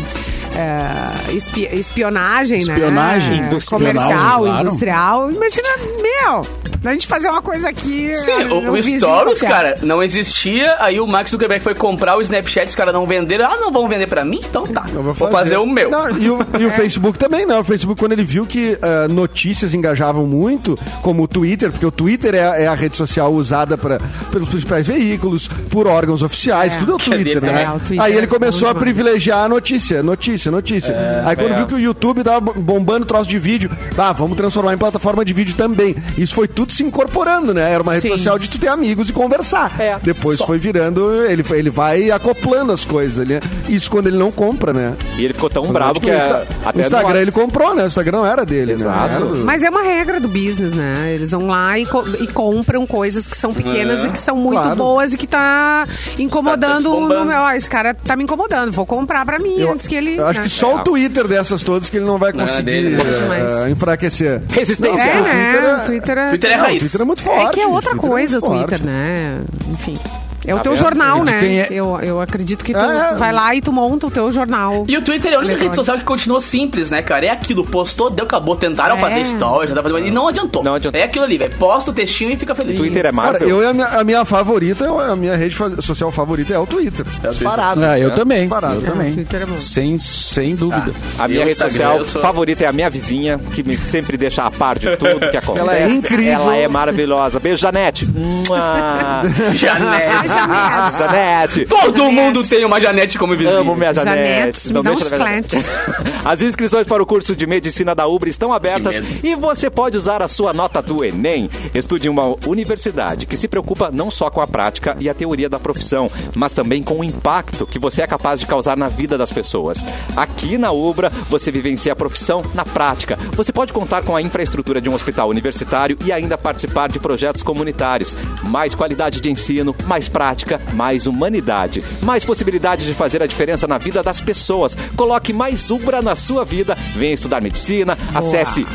[SPEAKER 4] é, espi- espionagem,
[SPEAKER 5] Espionagem
[SPEAKER 4] né?
[SPEAKER 5] industrial,
[SPEAKER 4] comercial,
[SPEAKER 5] claro.
[SPEAKER 4] industrial. Imagina, meu, a gente fazer uma coisa aqui.
[SPEAKER 3] Sim,
[SPEAKER 4] né,
[SPEAKER 3] o,
[SPEAKER 4] no
[SPEAKER 3] o
[SPEAKER 4] vizinho
[SPEAKER 3] Stories,
[SPEAKER 4] copiar.
[SPEAKER 3] cara, não existia. Aí o Max Zuckerberg foi comprar o Snapchat, os caras não venderam. Ah, não vão vender pra mim? Então tá.
[SPEAKER 2] Eu
[SPEAKER 3] Vou fazer o meu.
[SPEAKER 2] Não, e o, e o Facebook também, não. O Facebook, quando ele viu que ah, notícias engajavam muito, como o Twitter, porque o Twitter é, a- é a rede social usada pra, pelos principais veículos, por órgãos oficiais,
[SPEAKER 4] É.
[SPEAKER 2] tudo é o
[SPEAKER 3] Que é
[SPEAKER 2] Twitter, né?
[SPEAKER 3] dele
[SPEAKER 4] também. É, o Twitter
[SPEAKER 2] Aí
[SPEAKER 4] é
[SPEAKER 2] ele começou
[SPEAKER 4] bom
[SPEAKER 2] a
[SPEAKER 4] demais.
[SPEAKER 2] privilegiar a notícia, notícia, notícia. Aí quando
[SPEAKER 1] é.
[SPEAKER 2] viu que o YouTube tava bo- bombando troço de vídeo, ah, vamos transformar em plataforma de vídeo também. Isso foi tudo se incorporando, né? Era uma rede
[SPEAKER 4] Sim.
[SPEAKER 2] social de tu ter amigos e conversar.
[SPEAKER 1] É.
[SPEAKER 2] Depois foi virando, ele, foi- ele vai acoplando as coisas, ele, isso quando ele não compra, né?
[SPEAKER 1] E ele ficou tão
[SPEAKER 2] Quando
[SPEAKER 1] bravo
[SPEAKER 2] tipo,
[SPEAKER 1] Um que
[SPEAKER 2] o
[SPEAKER 1] é,
[SPEAKER 2] Insta-
[SPEAKER 1] até
[SPEAKER 2] o
[SPEAKER 1] no
[SPEAKER 2] Instagram
[SPEAKER 1] ar-
[SPEAKER 2] ele comprou, né? O Instagram não era dele,
[SPEAKER 1] Exato.
[SPEAKER 2] né? Era do-
[SPEAKER 4] Mas é uma regra do business, né? Eles vão lá e, co- e compram coisas que são pequenas
[SPEAKER 3] É.
[SPEAKER 4] e que são muito
[SPEAKER 2] Claro.
[SPEAKER 4] boas e que tá incomodando
[SPEAKER 3] Está- tá
[SPEAKER 4] o
[SPEAKER 3] te
[SPEAKER 4] meu. Ó, esse cara tá me incomodando, vou comprar pra mim
[SPEAKER 2] Eu,
[SPEAKER 4] antes que ele.
[SPEAKER 2] eu acho
[SPEAKER 4] né?
[SPEAKER 2] que só o Twitter dessas todas que ele não vai
[SPEAKER 3] Não, é
[SPEAKER 2] conseguir
[SPEAKER 3] dele,
[SPEAKER 4] né? Demais.
[SPEAKER 2] eh, enfraquecer.
[SPEAKER 1] Resistência.
[SPEAKER 4] É,
[SPEAKER 2] o Twitter
[SPEAKER 4] né?
[SPEAKER 2] é-
[SPEAKER 4] O Twitter é.
[SPEAKER 3] Twitter é
[SPEAKER 2] Não, o
[SPEAKER 3] raiz.
[SPEAKER 2] Twitter é muito
[SPEAKER 4] É
[SPEAKER 2] forte.
[SPEAKER 4] que é outra
[SPEAKER 2] Twitter é
[SPEAKER 4] coisa o
[SPEAKER 2] muito
[SPEAKER 4] Twitter,
[SPEAKER 2] forte.
[SPEAKER 4] né? Enfim. É o
[SPEAKER 1] Tá
[SPEAKER 4] teu
[SPEAKER 1] vendo?
[SPEAKER 4] jornal,
[SPEAKER 5] E de quem
[SPEAKER 4] né?
[SPEAKER 5] é-
[SPEAKER 4] Eu, eu acredito que tu
[SPEAKER 2] É, é.
[SPEAKER 4] vai lá e tu monta o teu
[SPEAKER 5] [LAUGHS]
[SPEAKER 4] jornal.
[SPEAKER 3] E o Twitter é a única
[SPEAKER 4] Legal.
[SPEAKER 3] rede social que continuou simples, né, cara? É aquilo, postou, deu, acabou. Tentaram
[SPEAKER 4] É.
[SPEAKER 3] fazer stories, tentaram fazer... e não adiantou.
[SPEAKER 1] Não adiantou.
[SPEAKER 3] É aquilo ali, velho. Posta o textinho e fica feliz.
[SPEAKER 1] Twitter
[SPEAKER 2] Cara,
[SPEAKER 1] é Marvel.
[SPEAKER 2] eu e a minha, a minha favorita, a minha rede fa- social favorita é o Twitter. Disparado.
[SPEAKER 5] Ah, eu
[SPEAKER 2] né?
[SPEAKER 5] também.
[SPEAKER 2] Disparado.
[SPEAKER 5] Eu também.
[SPEAKER 4] Twitter é bom.
[SPEAKER 5] Sem, sem dúvida.
[SPEAKER 1] A minha
[SPEAKER 3] E o
[SPEAKER 1] rede
[SPEAKER 3] Instagram,
[SPEAKER 1] social
[SPEAKER 3] eu sou-
[SPEAKER 1] favorita é a minha vizinha, que me sempre deixa a par de
[SPEAKER 3] [LAUGHS]
[SPEAKER 1] tudo que acontece.
[SPEAKER 2] Ela é incrível.
[SPEAKER 3] [LAUGHS]
[SPEAKER 1] Ela é maravilhosa. Beijo, Janete. Mua.
[SPEAKER 2] [LAUGHS]
[SPEAKER 3] Janete.
[SPEAKER 4] Janete.
[SPEAKER 1] Janete.
[SPEAKER 3] Todo
[SPEAKER 4] Janete.
[SPEAKER 3] mundo tem uma Janete como vizinha.
[SPEAKER 1] Amo minha Janete.
[SPEAKER 4] Janete, me dá uns
[SPEAKER 1] deixa na minha
[SPEAKER 4] cletes.
[SPEAKER 1] Janete. [LAUGHS] As inscrições para o curso de Medicina da Ubra estão abertas
[SPEAKER 3] Que medo.
[SPEAKER 1] e você pode usar a sua nota do Enem. Estude em uma universidade que se preocupa não só com a prática e a teoria da profissão, mas também com o impacto que você é capaz de causar na vida das pessoas. Aqui na Ubra, você vivencia a profissão na prática. Você pode contar com a infraestrutura de um hospital universitário e ainda participar de projetos comunitários. Mais qualidade de ensino, mais prática, mais humanidade. Mais possibilidade de fazer a diferença na vida das pessoas. Coloque mais Ubra na sua vida. Venha estudar medicina. Acesse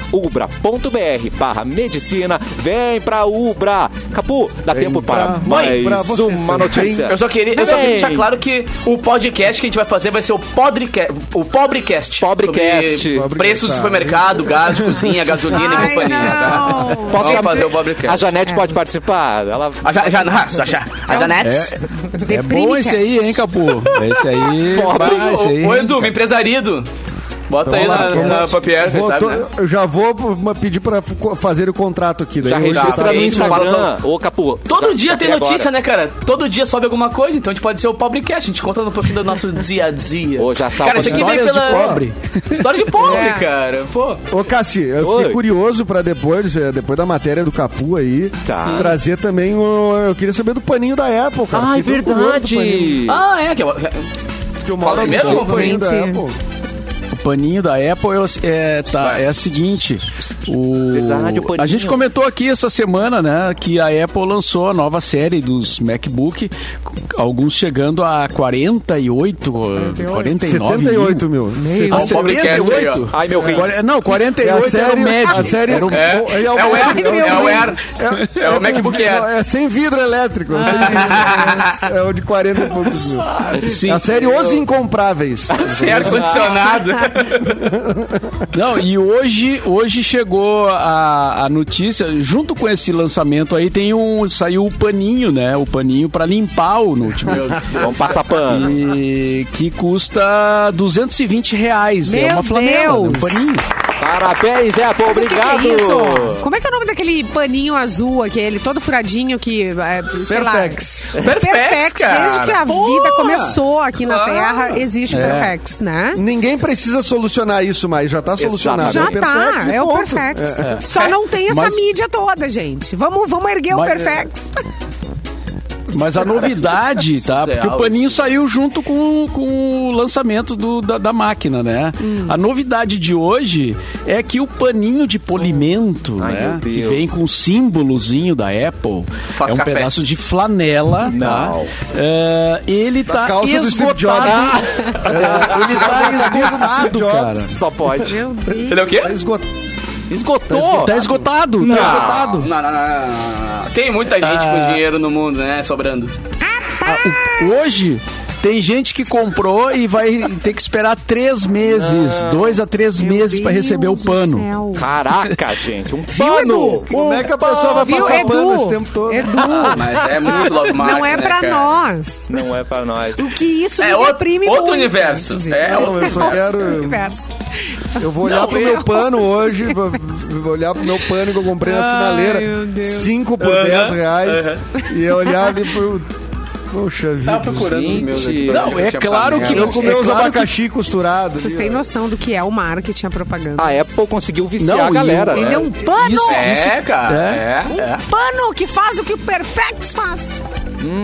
[SPEAKER 1] ubra.br barra medicina. Vem pra Ubra. Capu, dá
[SPEAKER 2] Vem
[SPEAKER 1] tempo
[SPEAKER 2] pra-
[SPEAKER 1] para
[SPEAKER 2] Mãe, pra
[SPEAKER 1] mais
[SPEAKER 2] você
[SPEAKER 1] uma
[SPEAKER 2] também.
[SPEAKER 1] notícia.
[SPEAKER 3] Eu só queria, eu só queria
[SPEAKER 1] Vem.
[SPEAKER 3] deixar claro que o podcast que a gente vai fazer vai ser o podcast, o Pobrecast.
[SPEAKER 1] Pobrecast.
[SPEAKER 3] Sobre
[SPEAKER 2] Pobrecast,
[SPEAKER 3] Preço do
[SPEAKER 2] tá.
[SPEAKER 3] supermercado, gás, cozinha, gasolina e
[SPEAKER 4] Ai,
[SPEAKER 3] companhia. tá?
[SPEAKER 4] não.
[SPEAKER 3] Vamos
[SPEAKER 1] Posso
[SPEAKER 3] fazer o
[SPEAKER 1] A
[SPEAKER 3] Pobrecast.
[SPEAKER 1] Janete
[SPEAKER 4] É.
[SPEAKER 1] pode participar. Ela
[SPEAKER 3] A, ja, ja, a, ja, a Janete.
[SPEAKER 5] É bom esse aí, hein, Capu? Esse aí.
[SPEAKER 1] Pobre.
[SPEAKER 3] Ah,
[SPEAKER 5] vai, esse aí.
[SPEAKER 3] Ô, Edu, me empresarido. Bota Tá aí
[SPEAKER 2] Vamos lá,
[SPEAKER 3] na,
[SPEAKER 2] vamos lá.
[SPEAKER 3] na papier,
[SPEAKER 2] Vou-
[SPEAKER 3] sabe,
[SPEAKER 2] tô-
[SPEAKER 3] né?
[SPEAKER 2] Eu já vou p- pedir pra f- co- fazer o contrato aqui. Daí
[SPEAKER 1] já
[SPEAKER 2] hoje
[SPEAKER 3] registra
[SPEAKER 1] registra
[SPEAKER 2] tá-
[SPEAKER 1] no
[SPEAKER 3] isso,
[SPEAKER 1] Instagram.
[SPEAKER 3] fala
[SPEAKER 1] Ô, Capu.
[SPEAKER 3] Todo
[SPEAKER 1] já-
[SPEAKER 3] dia tem
[SPEAKER 1] até
[SPEAKER 3] notícia,
[SPEAKER 1] agora.
[SPEAKER 3] né, cara? Todo dia sobe alguma coisa, então a gente pode ser o Pobrecast. A gente conta um pouquinho do nosso dia a dia.
[SPEAKER 1] Ô, já salva
[SPEAKER 3] cara, isso aqui vem
[SPEAKER 5] Histórias de
[SPEAKER 3] pela...
[SPEAKER 5] pobre.
[SPEAKER 3] História de pobre,
[SPEAKER 4] É.
[SPEAKER 3] cara. Pô.
[SPEAKER 2] Ô, Cassi, eu fiquei
[SPEAKER 1] Oi.
[SPEAKER 2] curioso pra depois, eh, depois da matéria do Capu aí,
[SPEAKER 1] Tá.
[SPEAKER 2] trazer também o. Eu queria saber do paninho da Apple, cara.
[SPEAKER 1] Ai,
[SPEAKER 2] Fiquei tão curioso do paninho,
[SPEAKER 1] verdade.
[SPEAKER 3] Ah, é, que eu...
[SPEAKER 2] Que eu moro
[SPEAKER 3] Fala mesmo,
[SPEAKER 2] do paninho da
[SPEAKER 4] gente?
[SPEAKER 2] Apple.
[SPEAKER 5] O paninho da Apple é, é, tá, é a seguinte. O,
[SPEAKER 1] Verdade, o paninho.
[SPEAKER 5] A gente comentou aqui essa semana, né, que a Apple lançou a nova série dos MacBook, alguns chegando a 48, 49
[SPEAKER 2] 78 mil.
[SPEAKER 5] Ah,
[SPEAKER 3] Ó, o Pobrecast aí, ó.
[SPEAKER 5] 78?
[SPEAKER 1] Ai, meu rei.
[SPEAKER 5] Quar- Não,
[SPEAKER 2] É
[SPEAKER 5] 48
[SPEAKER 2] a série,
[SPEAKER 5] era o médio.
[SPEAKER 2] a série
[SPEAKER 5] Era o-
[SPEAKER 3] É,
[SPEAKER 2] o-
[SPEAKER 3] é o
[SPEAKER 2] Mac-
[SPEAKER 3] Air, é o Air,
[SPEAKER 2] É,
[SPEAKER 3] é o
[SPEAKER 2] com
[SPEAKER 3] MacBook
[SPEAKER 2] vi-
[SPEAKER 3] Air.
[SPEAKER 2] É sem vidro elétrico. é sem vidro. É o de 40 e poucos mil.
[SPEAKER 5] Sim.
[SPEAKER 2] A série Os Incompráveis.
[SPEAKER 3] Sem
[SPEAKER 4] [LAUGHS]
[SPEAKER 3] ar-condicionado.
[SPEAKER 4] Tá
[SPEAKER 5] Não, e hoje, hoje chegou a, a notícia, junto com esse lançamento aí, tem um. Saiu o paninho, né? O paninho pra limpar o notebook.
[SPEAKER 1] Vamos passar pano.
[SPEAKER 5] E que custa 220 reais. é
[SPEAKER 4] Meu
[SPEAKER 5] uma flanela, né? um
[SPEAKER 4] Deus.
[SPEAKER 5] paninho.
[SPEAKER 1] Parabéns, Apple.
[SPEAKER 4] Mas o que que é
[SPEAKER 1] Obrigado.
[SPEAKER 4] isso? Como é que é o nome daquele paninho azul, aquele todo furadinho que. É, sei lá.
[SPEAKER 2] Perfex.
[SPEAKER 3] Perfex,
[SPEAKER 4] Perfex, desde
[SPEAKER 3] cara.
[SPEAKER 4] que a
[SPEAKER 3] Porra.
[SPEAKER 4] vida começou aqui na
[SPEAKER 3] Ah.
[SPEAKER 4] Terra, existe o
[SPEAKER 2] É.
[SPEAKER 4] Perfex, né?
[SPEAKER 2] Ninguém precisa solucionar isso mais, já tá solucionado.
[SPEAKER 4] Já
[SPEAKER 2] É Perfex
[SPEAKER 4] tá,
[SPEAKER 2] e
[SPEAKER 4] é o
[SPEAKER 2] ponto.
[SPEAKER 4] Perfex.
[SPEAKER 2] É.
[SPEAKER 4] Só não tem essa
[SPEAKER 5] Mas-
[SPEAKER 4] mídia toda, gente. Vamos, vamos erguer
[SPEAKER 5] Mas- é,
[SPEAKER 4] o Perfex.
[SPEAKER 5] Mas a novidade, tá? Porque o
[SPEAKER 3] Surreal
[SPEAKER 5] paninho
[SPEAKER 3] isso.
[SPEAKER 5] saiu junto com, com o lançamento do- da, da máquina, né?
[SPEAKER 2] Hum.
[SPEAKER 5] A novidade de hoje é que o paninho de polimento,
[SPEAKER 1] Ai, meu
[SPEAKER 5] né?
[SPEAKER 1] Deus.
[SPEAKER 5] Que vem com o símbolozinho da Apple.
[SPEAKER 3] Faz
[SPEAKER 5] é um
[SPEAKER 3] café.
[SPEAKER 5] pedaço de flanela, tá?
[SPEAKER 1] Não.
[SPEAKER 5] É, ele
[SPEAKER 2] Da
[SPEAKER 5] tá
[SPEAKER 2] calça do Steve Jobs.
[SPEAKER 5] esgotado.
[SPEAKER 2] É,
[SPEAKER 5] Ele tá
[SPEAKER 2] da camisa do Steve
[SPEAKER 5] esgotado,
[SPEAKER 2] Jobs.
[SPEAKER 5] cara.
[SPEAKER 1] Só pode.
[SPEAKER 3] Ele é o quê?
[SPEAKER 2] Tá esgotado. Ah!
[SPEAKER 1] Esgotou.
[SPEAKER 5] Tá esgotado, tá esgotado.
[SPEAKER 3] Não, não, não, não, não. Tem muita gente com dinheiro no mundo, né? Sobrando.
[SPEAKER 5] Ah, o- hoje tem gente que comprou e vai ter que esperar três meses, dois a três meses para receber o pano.
[SPEAKER 1] Caraca, gente. Um
[SPEAKER 4] Viu, Edu?
[SPEAKER 1] pano.
[SPEAKER 2] Como é que a pessoa vai
[SPEAKER 4] Viu,
[SPEAKER 2] passar pano esse
[SPEAKER 4] Edu?
[SPEAKER 2] tempo todo?
[SPEAKER 4] Edu,
[SPEAKER 3] Mas é muito logo mais.
[SPEAKER 4] [LAUGHS] não é
[SPEAKER 3] né,
[SPEAKER 4] pra
[SPEAKER 3] cara?
[SPEAKER 4] nós.
[SPEAKER 1] Não é pra nós.
[SPEAKER 4] O que isso
[SPEAKER 3] É
[SPEAKER 4] me
[SPEAKER 3] outro-
[SPEAKER 4] deprime
[SPEAKER 3] outro
[SPEAKER 4] muito,
[SPEAKER 3] universo.
[SPEAKER 4] inclusive.
[SPEAKER 3] É
[SPEAKER 2] Não, eu só
[SPEAKER 4] Outro
[SPEAKER 2] quero.
[SPEAKER 4] universo.
[SPEAKER 2] Eu vou olhar
[SPEAKER 3] Não,
[SPEAKER 2] pro
[SPEAKER 3] eu-
[SPEAKER 2] meu pano hoje, vou vou olhar pro meu pano que eu comprei na
[SPEAKER 4] Ai,
[SPEAKER 2] sinaleira.
[SPEAKER 4] meu Deus.
[SPEAKER 2] 5 por
[SPEAKER 3] Aham,
[SPEAKER 2] 10 reais. E eu olhar ali pro. Poxa vida.
[SPEAKER 3] Tava procurando os meus aqui pra
[SPEAKER 5] Não,
[SPEAKER 3] ver o
[SPEAKER 5] é
[SPEAKER 3] tinha né?
[SPEAKER 5] claro
[SPEAKER 3] ficado.
[SPEAKER 5] que-
[SPEAKER 2] Eu
[SPEAKER 5] Gente,
[SPEAKER 2] comi
[SPEAKER 5] é
[SPEAKER 2] os
[SPEAKER 5] claro
[SPEAKER 2] abacaxi costurados.
[SPEAKER 4] Vocês têm noção do que é o marketing e a propaganda.
[SPEAKER 1] A Apple conseguiu viciar
[SPEAKER 5] Não,
[SPEAKER 1] a galera,
[SPEAKER 5] e-
[SPEAKER 1] né?
[SPEAKER 4] Ele é um pano!
[SPEAKER 5] Isso
[SPEAKER 3] É, cara.
[SPEAKER 5] É.
[SPEAKER 3] É, é.
[SPEAKER 4] Um Pano que faz o que o Perfex faz.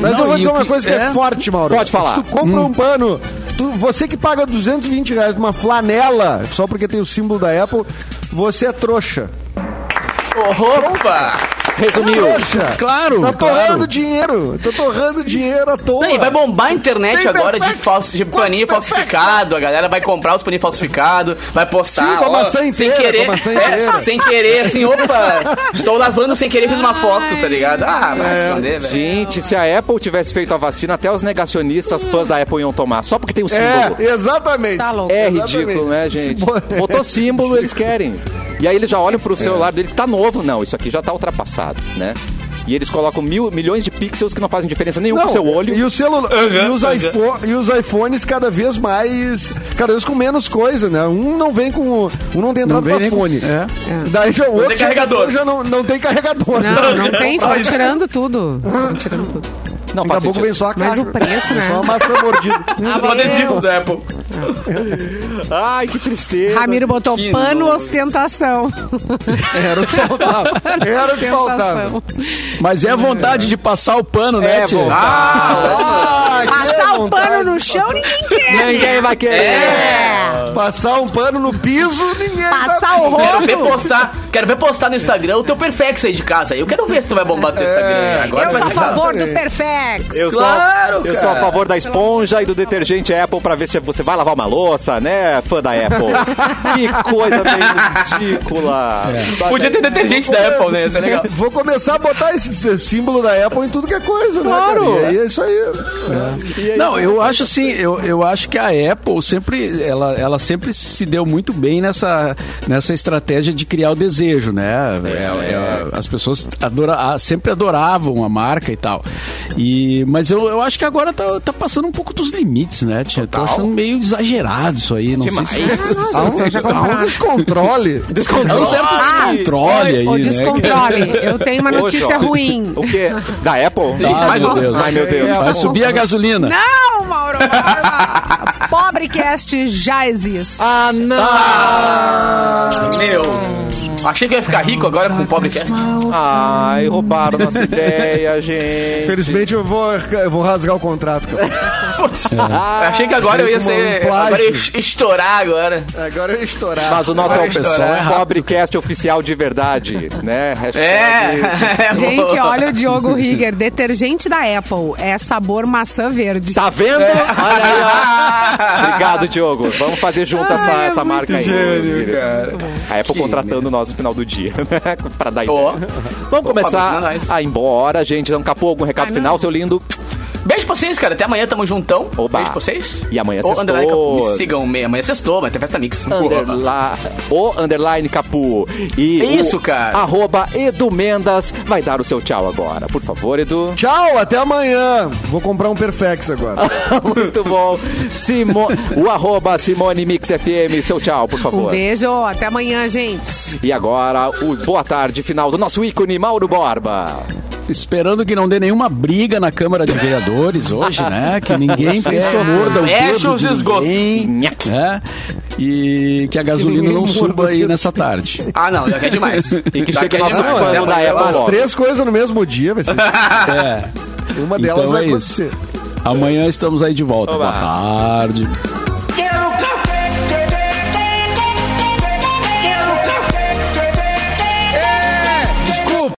[SPEAKER 2] Mas
[SPEAKER 5] Não,
[SPEAKER 2] eu vou
[SPEAKER 5] e
[SPEAKER 2] dizer
[SPEAKER 5] o
[SPEAKER 2] uma
[SPEAKER 5] que-
[SPEAKER 2] coisa que é,
[SPEAKER 5] é?
[SPEAKER 2] forte, Mauro.
[SPEAKER 1] Pode falar.
[SPEAKER 2] Se tu compra um pano, tu- você que paga 220 reais numa flanela, só porque tem o símbolo da Apple, você é trouxa.
[SPEAKER 3] é.
[SPEAKER 2] é
[SPEAKER 3] Opa!
[SPEAKER 1] Resumiu.
[SPEAKER 2] Trouxa!
[SPEAKER 5] Claro,
[SPEAKER 2] Tá torrando
[SPEAKER 5] claro.
[SPEAKER 2] dinheiro! Tá torrando dinheiro à toa!
[SPEAKER 3] Não, e vai bombar a internet
[SPEAKER 2] Tem
[SPEAKER 3] agora de,
[SPEAKER 2] perfect.
[SPEAKER 3] falso, de
[SPEAKER 2] Quantos
[SPEAKER 3] paninho
[SPEAKER 2] perfect?
[SPEAKER 3] falsificado. A galera vai comprar os paninhos falsificados, vai postar.
[SPEAKER 2] Sim, com a maçã inteira,
[SPEAKER 3] sem querer.
[SPEAKER 2] com a maçã
[SPEAKER 3] É,
[SPEAKER 2] inteira.
[SPEAKER 3] sem querer, assim, opa, estou lavando sem querer, fiz uma foto, tá ligado? Ah, vai se esconder, velho.
[SPEAKER 1] Gente, se a Apple tivesse feito a vacina, até os negacionistas fãs da Apple iam tomar. Só porque tem o símbolo.
[SPEAKER 2] É, exatamente!
[SPEAKER 4] Tá louco.
[SPEAKER 1] É,
[SPEAKER 2] exatamente.
[SPEAKER 1] ridículo, né, gente?
[SPEAKER 2] Símbolo-
[SPEAKER 1] Botou símbolo, eles querem. E aí eles já olham pro
[SPEAKER 2] É.
[SPEAKER 1] celular dele, tá novo. Não, isso aqui já tá ultrapassado, né? E eles colocam mil, milhões de pixels que não fazem diferença nenhuma pro seu olho.
[SPEAKER 2] E, o celula-
[SPEAKER 3] Aham,
[SPEAKER 2] e, os
[SPEAKER 3] aham.
[SPEAKER 2] iPho- e os iPhones cada vez mais. Cada vez com menos coisa, né? Um não vem com. o- Um não tem entrada
[SPEAKER 5] vem
[SPEAKER 2] pra
[SPEAKER 5] nem com-
[SPEAKER 2] fone.
[SPEAKER 5] é.
[SPEAKER 2] Daí já o outro. já-
[SPEAKER 3] carregador.
[SPEAKER 2] Já não, não tem carregador.
[SPEAKER 4] Não, não tem.
[SPEAKER 3] Não,
[SPEAKER 4] Estão
[SPEAKER 3] isso-
[SPEAKER 4] tirando tudo. Estão tirando tudo.
[SPEAKER 1] Não,
[SPEAKER 2] Daqui a
[SPEAKER 1] faz
[SPEAKER 2] pouco
[SPEAKER 1] sentido.
[SPEAKER 2] vem só a
[SPEAKER 4] Mas
[SPEAKER 2] caixa.
[SPEAKER 4] o preço, né?
[SPEAKER 2] Só a maçã mordida.
[SPEAKER 3] Ah,
[SPEAKER 4] Tá
[SPEAKER 3] o adesivo da Apple.
[SPEAKER 1] Ai, que tristeza.
[SPEAKER 4] Ramiro botou
[SPEAKER 3] Que
[SPEAKER 4] pano
[SPEAKER 3] nojo.
[SPEAKER 4] ostentação.
[SPEAKER 2] Era o que
[SPEAKER 4] [LAUGHS]
[SPEAKER 2] faltava. Era o que faltava. É
[SPEAKER 4] Ostentação.
[SPEAKER 5] Mas é vontade de passar o pano, né, tio?
[SPEAKER 1] vontade.
[SPEAKER 2] Ah, que
[SPEAKER 4] Passar o
[SPEAKER 2] vontade.
[SPEAKER 4] pano no chão, ninguém quer.
[SPEAKER 1] Ninguém vai querer.
[SPEAKER 4] É.
[SPEAKER 2] Passar um pano no piso, ninguém.
[SPEAKER 4] Passar o
[SPEAKER 3] Quero ver
[SPEAKER 4] rodo.
[SPEAKER 3] postar, quero ver postar no Instagram o teu Perfex aí de casa. Eu quero ver se tu vai bombar teu Instagram. Agora
[SPEAKER 4] Eu
[SPEAKER 3] vai
[SPEAKER 4] sou a
[SPEAKER 3] ser da-
[SPEAKER 4] favor do Perfex.
[SPEAKER 1] Eu
[SPEAKER 3] Claro,
[SPEAKER 1] sou, eu sou a favor da esponja e do detergente Apple pra ver se você vai lavar uma louça, né, fã da [LAUGHS] Apple? que coisa bem ridícula.
[SPEAKER 3] Podia ter detergente da Apple, né? Isso
[SPEAKER 2] [LAUGHS]
[SPEAKER 3] é legal.
[SPEAKER 2] Vou começar a botar esse, esse símbolo da Apple em tudo que é coisa,
[SPEAKER 1] Claro.
[SPEAKER 2] né? Cara? E aí é isso aí.
[SPEAKER 5] Então, Não, eu acho assim, eu, eu acho que a Apple sempre, ela, ela sempre se deu muito bem nessa, nessa estratégia de criar o desejo, né? É, é, as pessoas adora, a- sempre adoravam a marca e tal. E, mas eu, eu acho que agora tá, tá passando um pouco dos limites, né, tia? Tô achando meio exagerado isso aí, não sei [LAUGHS] se... tá
[SPEAKER 2] Há um, há um
[SPEAKER 5] [LAUGHS]
[SPEAKER 2] descontrole.
[SPEAKER 5] É um certo descontrole aí,
[SPEAKER 4] O
[SPEAKER 5] né?
[SPEAKER 4] descontrole. Eu tenho uma
[SPEAKER 1] Ô,
[SPEAKER 4] notícia
[SPEAKER 1] Jorge.
[SPEAKER 4] ruim.
[SPEAKER 1] O quê? Da Apple?
[SPEAKER 5] Ah, meu Deus.
[SPEAKER 2] É,
[SPEAKER 1] Ai, meu Deus.
[SPEAKER 5] Vai subir a gasolina.
[SPEAKER 4] Não, Mauro! Borba. Pobrecast já existe.
[SPEAKER 1] Ah, não!
[SPEAKER 3] Meu. Achei que eu ia ficar rico agora com o pobre que é.
[SPEAKER 1] Ai, roubaram nossa ideia, gente.
[SPEAKER 2] Infelizmente eu vou, eu vou rasgar o contrato, cara.
[SPEAKER 3] Putz. Achei que agora eu ia ser.
[SPEAKER 2] Plágio.
[SPEAKER 3] Agora eu ia es- estourar agora.
[SPEAKER 2] Agora eu estourar.
[SPEAKER 1] Mas o nosso é o
[SPEAKER 3] Agora estourou, é
[SPEAKER 1] pessoal
[SPEAKER 3] rápido.
[SPEAKER 1] Pobrecast oficial de verdade, né? Hashtag-
[SPEAKER 3] É.
[SPEAKER 4] Gente,
[SPEAKER 3] boa.
[SPEAKER 4] olha o Diogo Rigger, detergente da Apple. É sabor maçã verde.
[SPEAKER 1] Tá vendo?
[SPEAKER 4] É.
[SPEAKER 1] Olha
[SPEAKER 4] [LAUGHS]
[SPEAKER 1] aí, ó. Obrigado, Diogo. Vamos fazer junto essa,
[SPEAKER 4] Ai, é
[SPEAKER 1] essa
[SPEAKER 4] muito
[SPEAKER 1] marca aí. meus queridos. A Apple contratando nós no final do dia, [LAUGHS] né? pra dar ideia.
[SPEAKER 3] Ó.
[SPEAKER 1] Vamos começar
[SPEAKER 4] é
[SPEAKER 3] patrocina nós.
[SPEAKER 1] a ir embora, gente. Não capou algum recado final, seu lindo?
[SPEAKER 3] Beijo pra vocês, cara. Até amanhã, tamo juntão.
[SPEAKER 1] Oba.
[SPEAKER 3] Beijo pra vocês.
[SPEAKER 1] E amanhã
[SPEAKER 3] Ô,
[SPEAKER 1] sextou.
[SPEAKER 3] Underline Capu, Me sigam meia. Amanhã é sextou, vai ter festa mix.
[SPEAKER 1] Underla... O underline Capu.
[SPEAKER 4] É
[SPEAKER 1] E
[SPEAKER 3] Isso,
[SPEAKER 1] o
[SPEAKER 3] cara.
[SPEAKER 1] Arroba Edu Mendas vai dar o seu tchau agora. Por favor,
[SPEAKER 4] [LAUGHS]
[SPEAKER 1] Edu.
[SPEAKER 2] Tchau, até amanhã. Vou comprar um Perfex agora.
[SPEAKER 1] Muito bom. Simo... O arroba Simone Mix FM. Seu tchau, por
[SPEAKER 4] Um
[SPEAKER 1] favor.
[SPEAKER 4] beijo, até amanhã, gente.
[SPEAKER 1] E agora, o boa tarde final do nosso ícone, Mauro Borba.
[SPEAKER 5] Esperando que não dê nenhuma briga na Câmara de Vereadores hoje, né? Que ninguém
[SPEAKER 2] Sensacional.
[SPEAKER 5] morda o
[SPEAKER 3] Fecha
[SPEAKER 5] dedo
[SPEAKER 3] os
[SPEAKER 5] de
[SPEAKER 3] esgotos.
[SPEAKER 5] ninguém,
[SPEAKER 1] Nhaque.
[SPEAKER 5] né? E que a
[SPEAKER 2] Que
[SPEAKER 5] gasolina
[SPEAKER 2] ninguém
[SPEAKER 5] não
[SPEAKER 2] morda
[SPEAKER 5] suba
[SPEAKER 2] o
[SPEAKER 5] aí
[SPEAKER 2] dedo.
[SPEAKER 5] nessa tarde.
[SPEAKER 3] Ah, não, já é demais.
[SPEAKER 1] E que
[SPEAKER 3] Já
[SPEAKER 1] chegue
[SPEAKER 3] é
[SPEAKER 1] o nosso
[SPEAKER 3] demais.
[SPEAKER 1] pano da Apple
[SPEAKER 2] As
[SPEAKER 1] logo.
[SPEAKER 2] três coisas no mesmo dia, vai ser.
[SPEAKER 5] É.
[SPEAKER 2] Uma delas
[SPEAKER 5] [LAUGHS] Então
[SPEAKER 2] vai
[SPEAKER 5] é isso.
[SPEAKER 2] acontecer.
[SPEAKER 5] Amanhã estamos aí de volta.
[SPEAKER 1] Oba.
[SPEAKER 5] Boa tarde.
[SPEAKER 7] Quero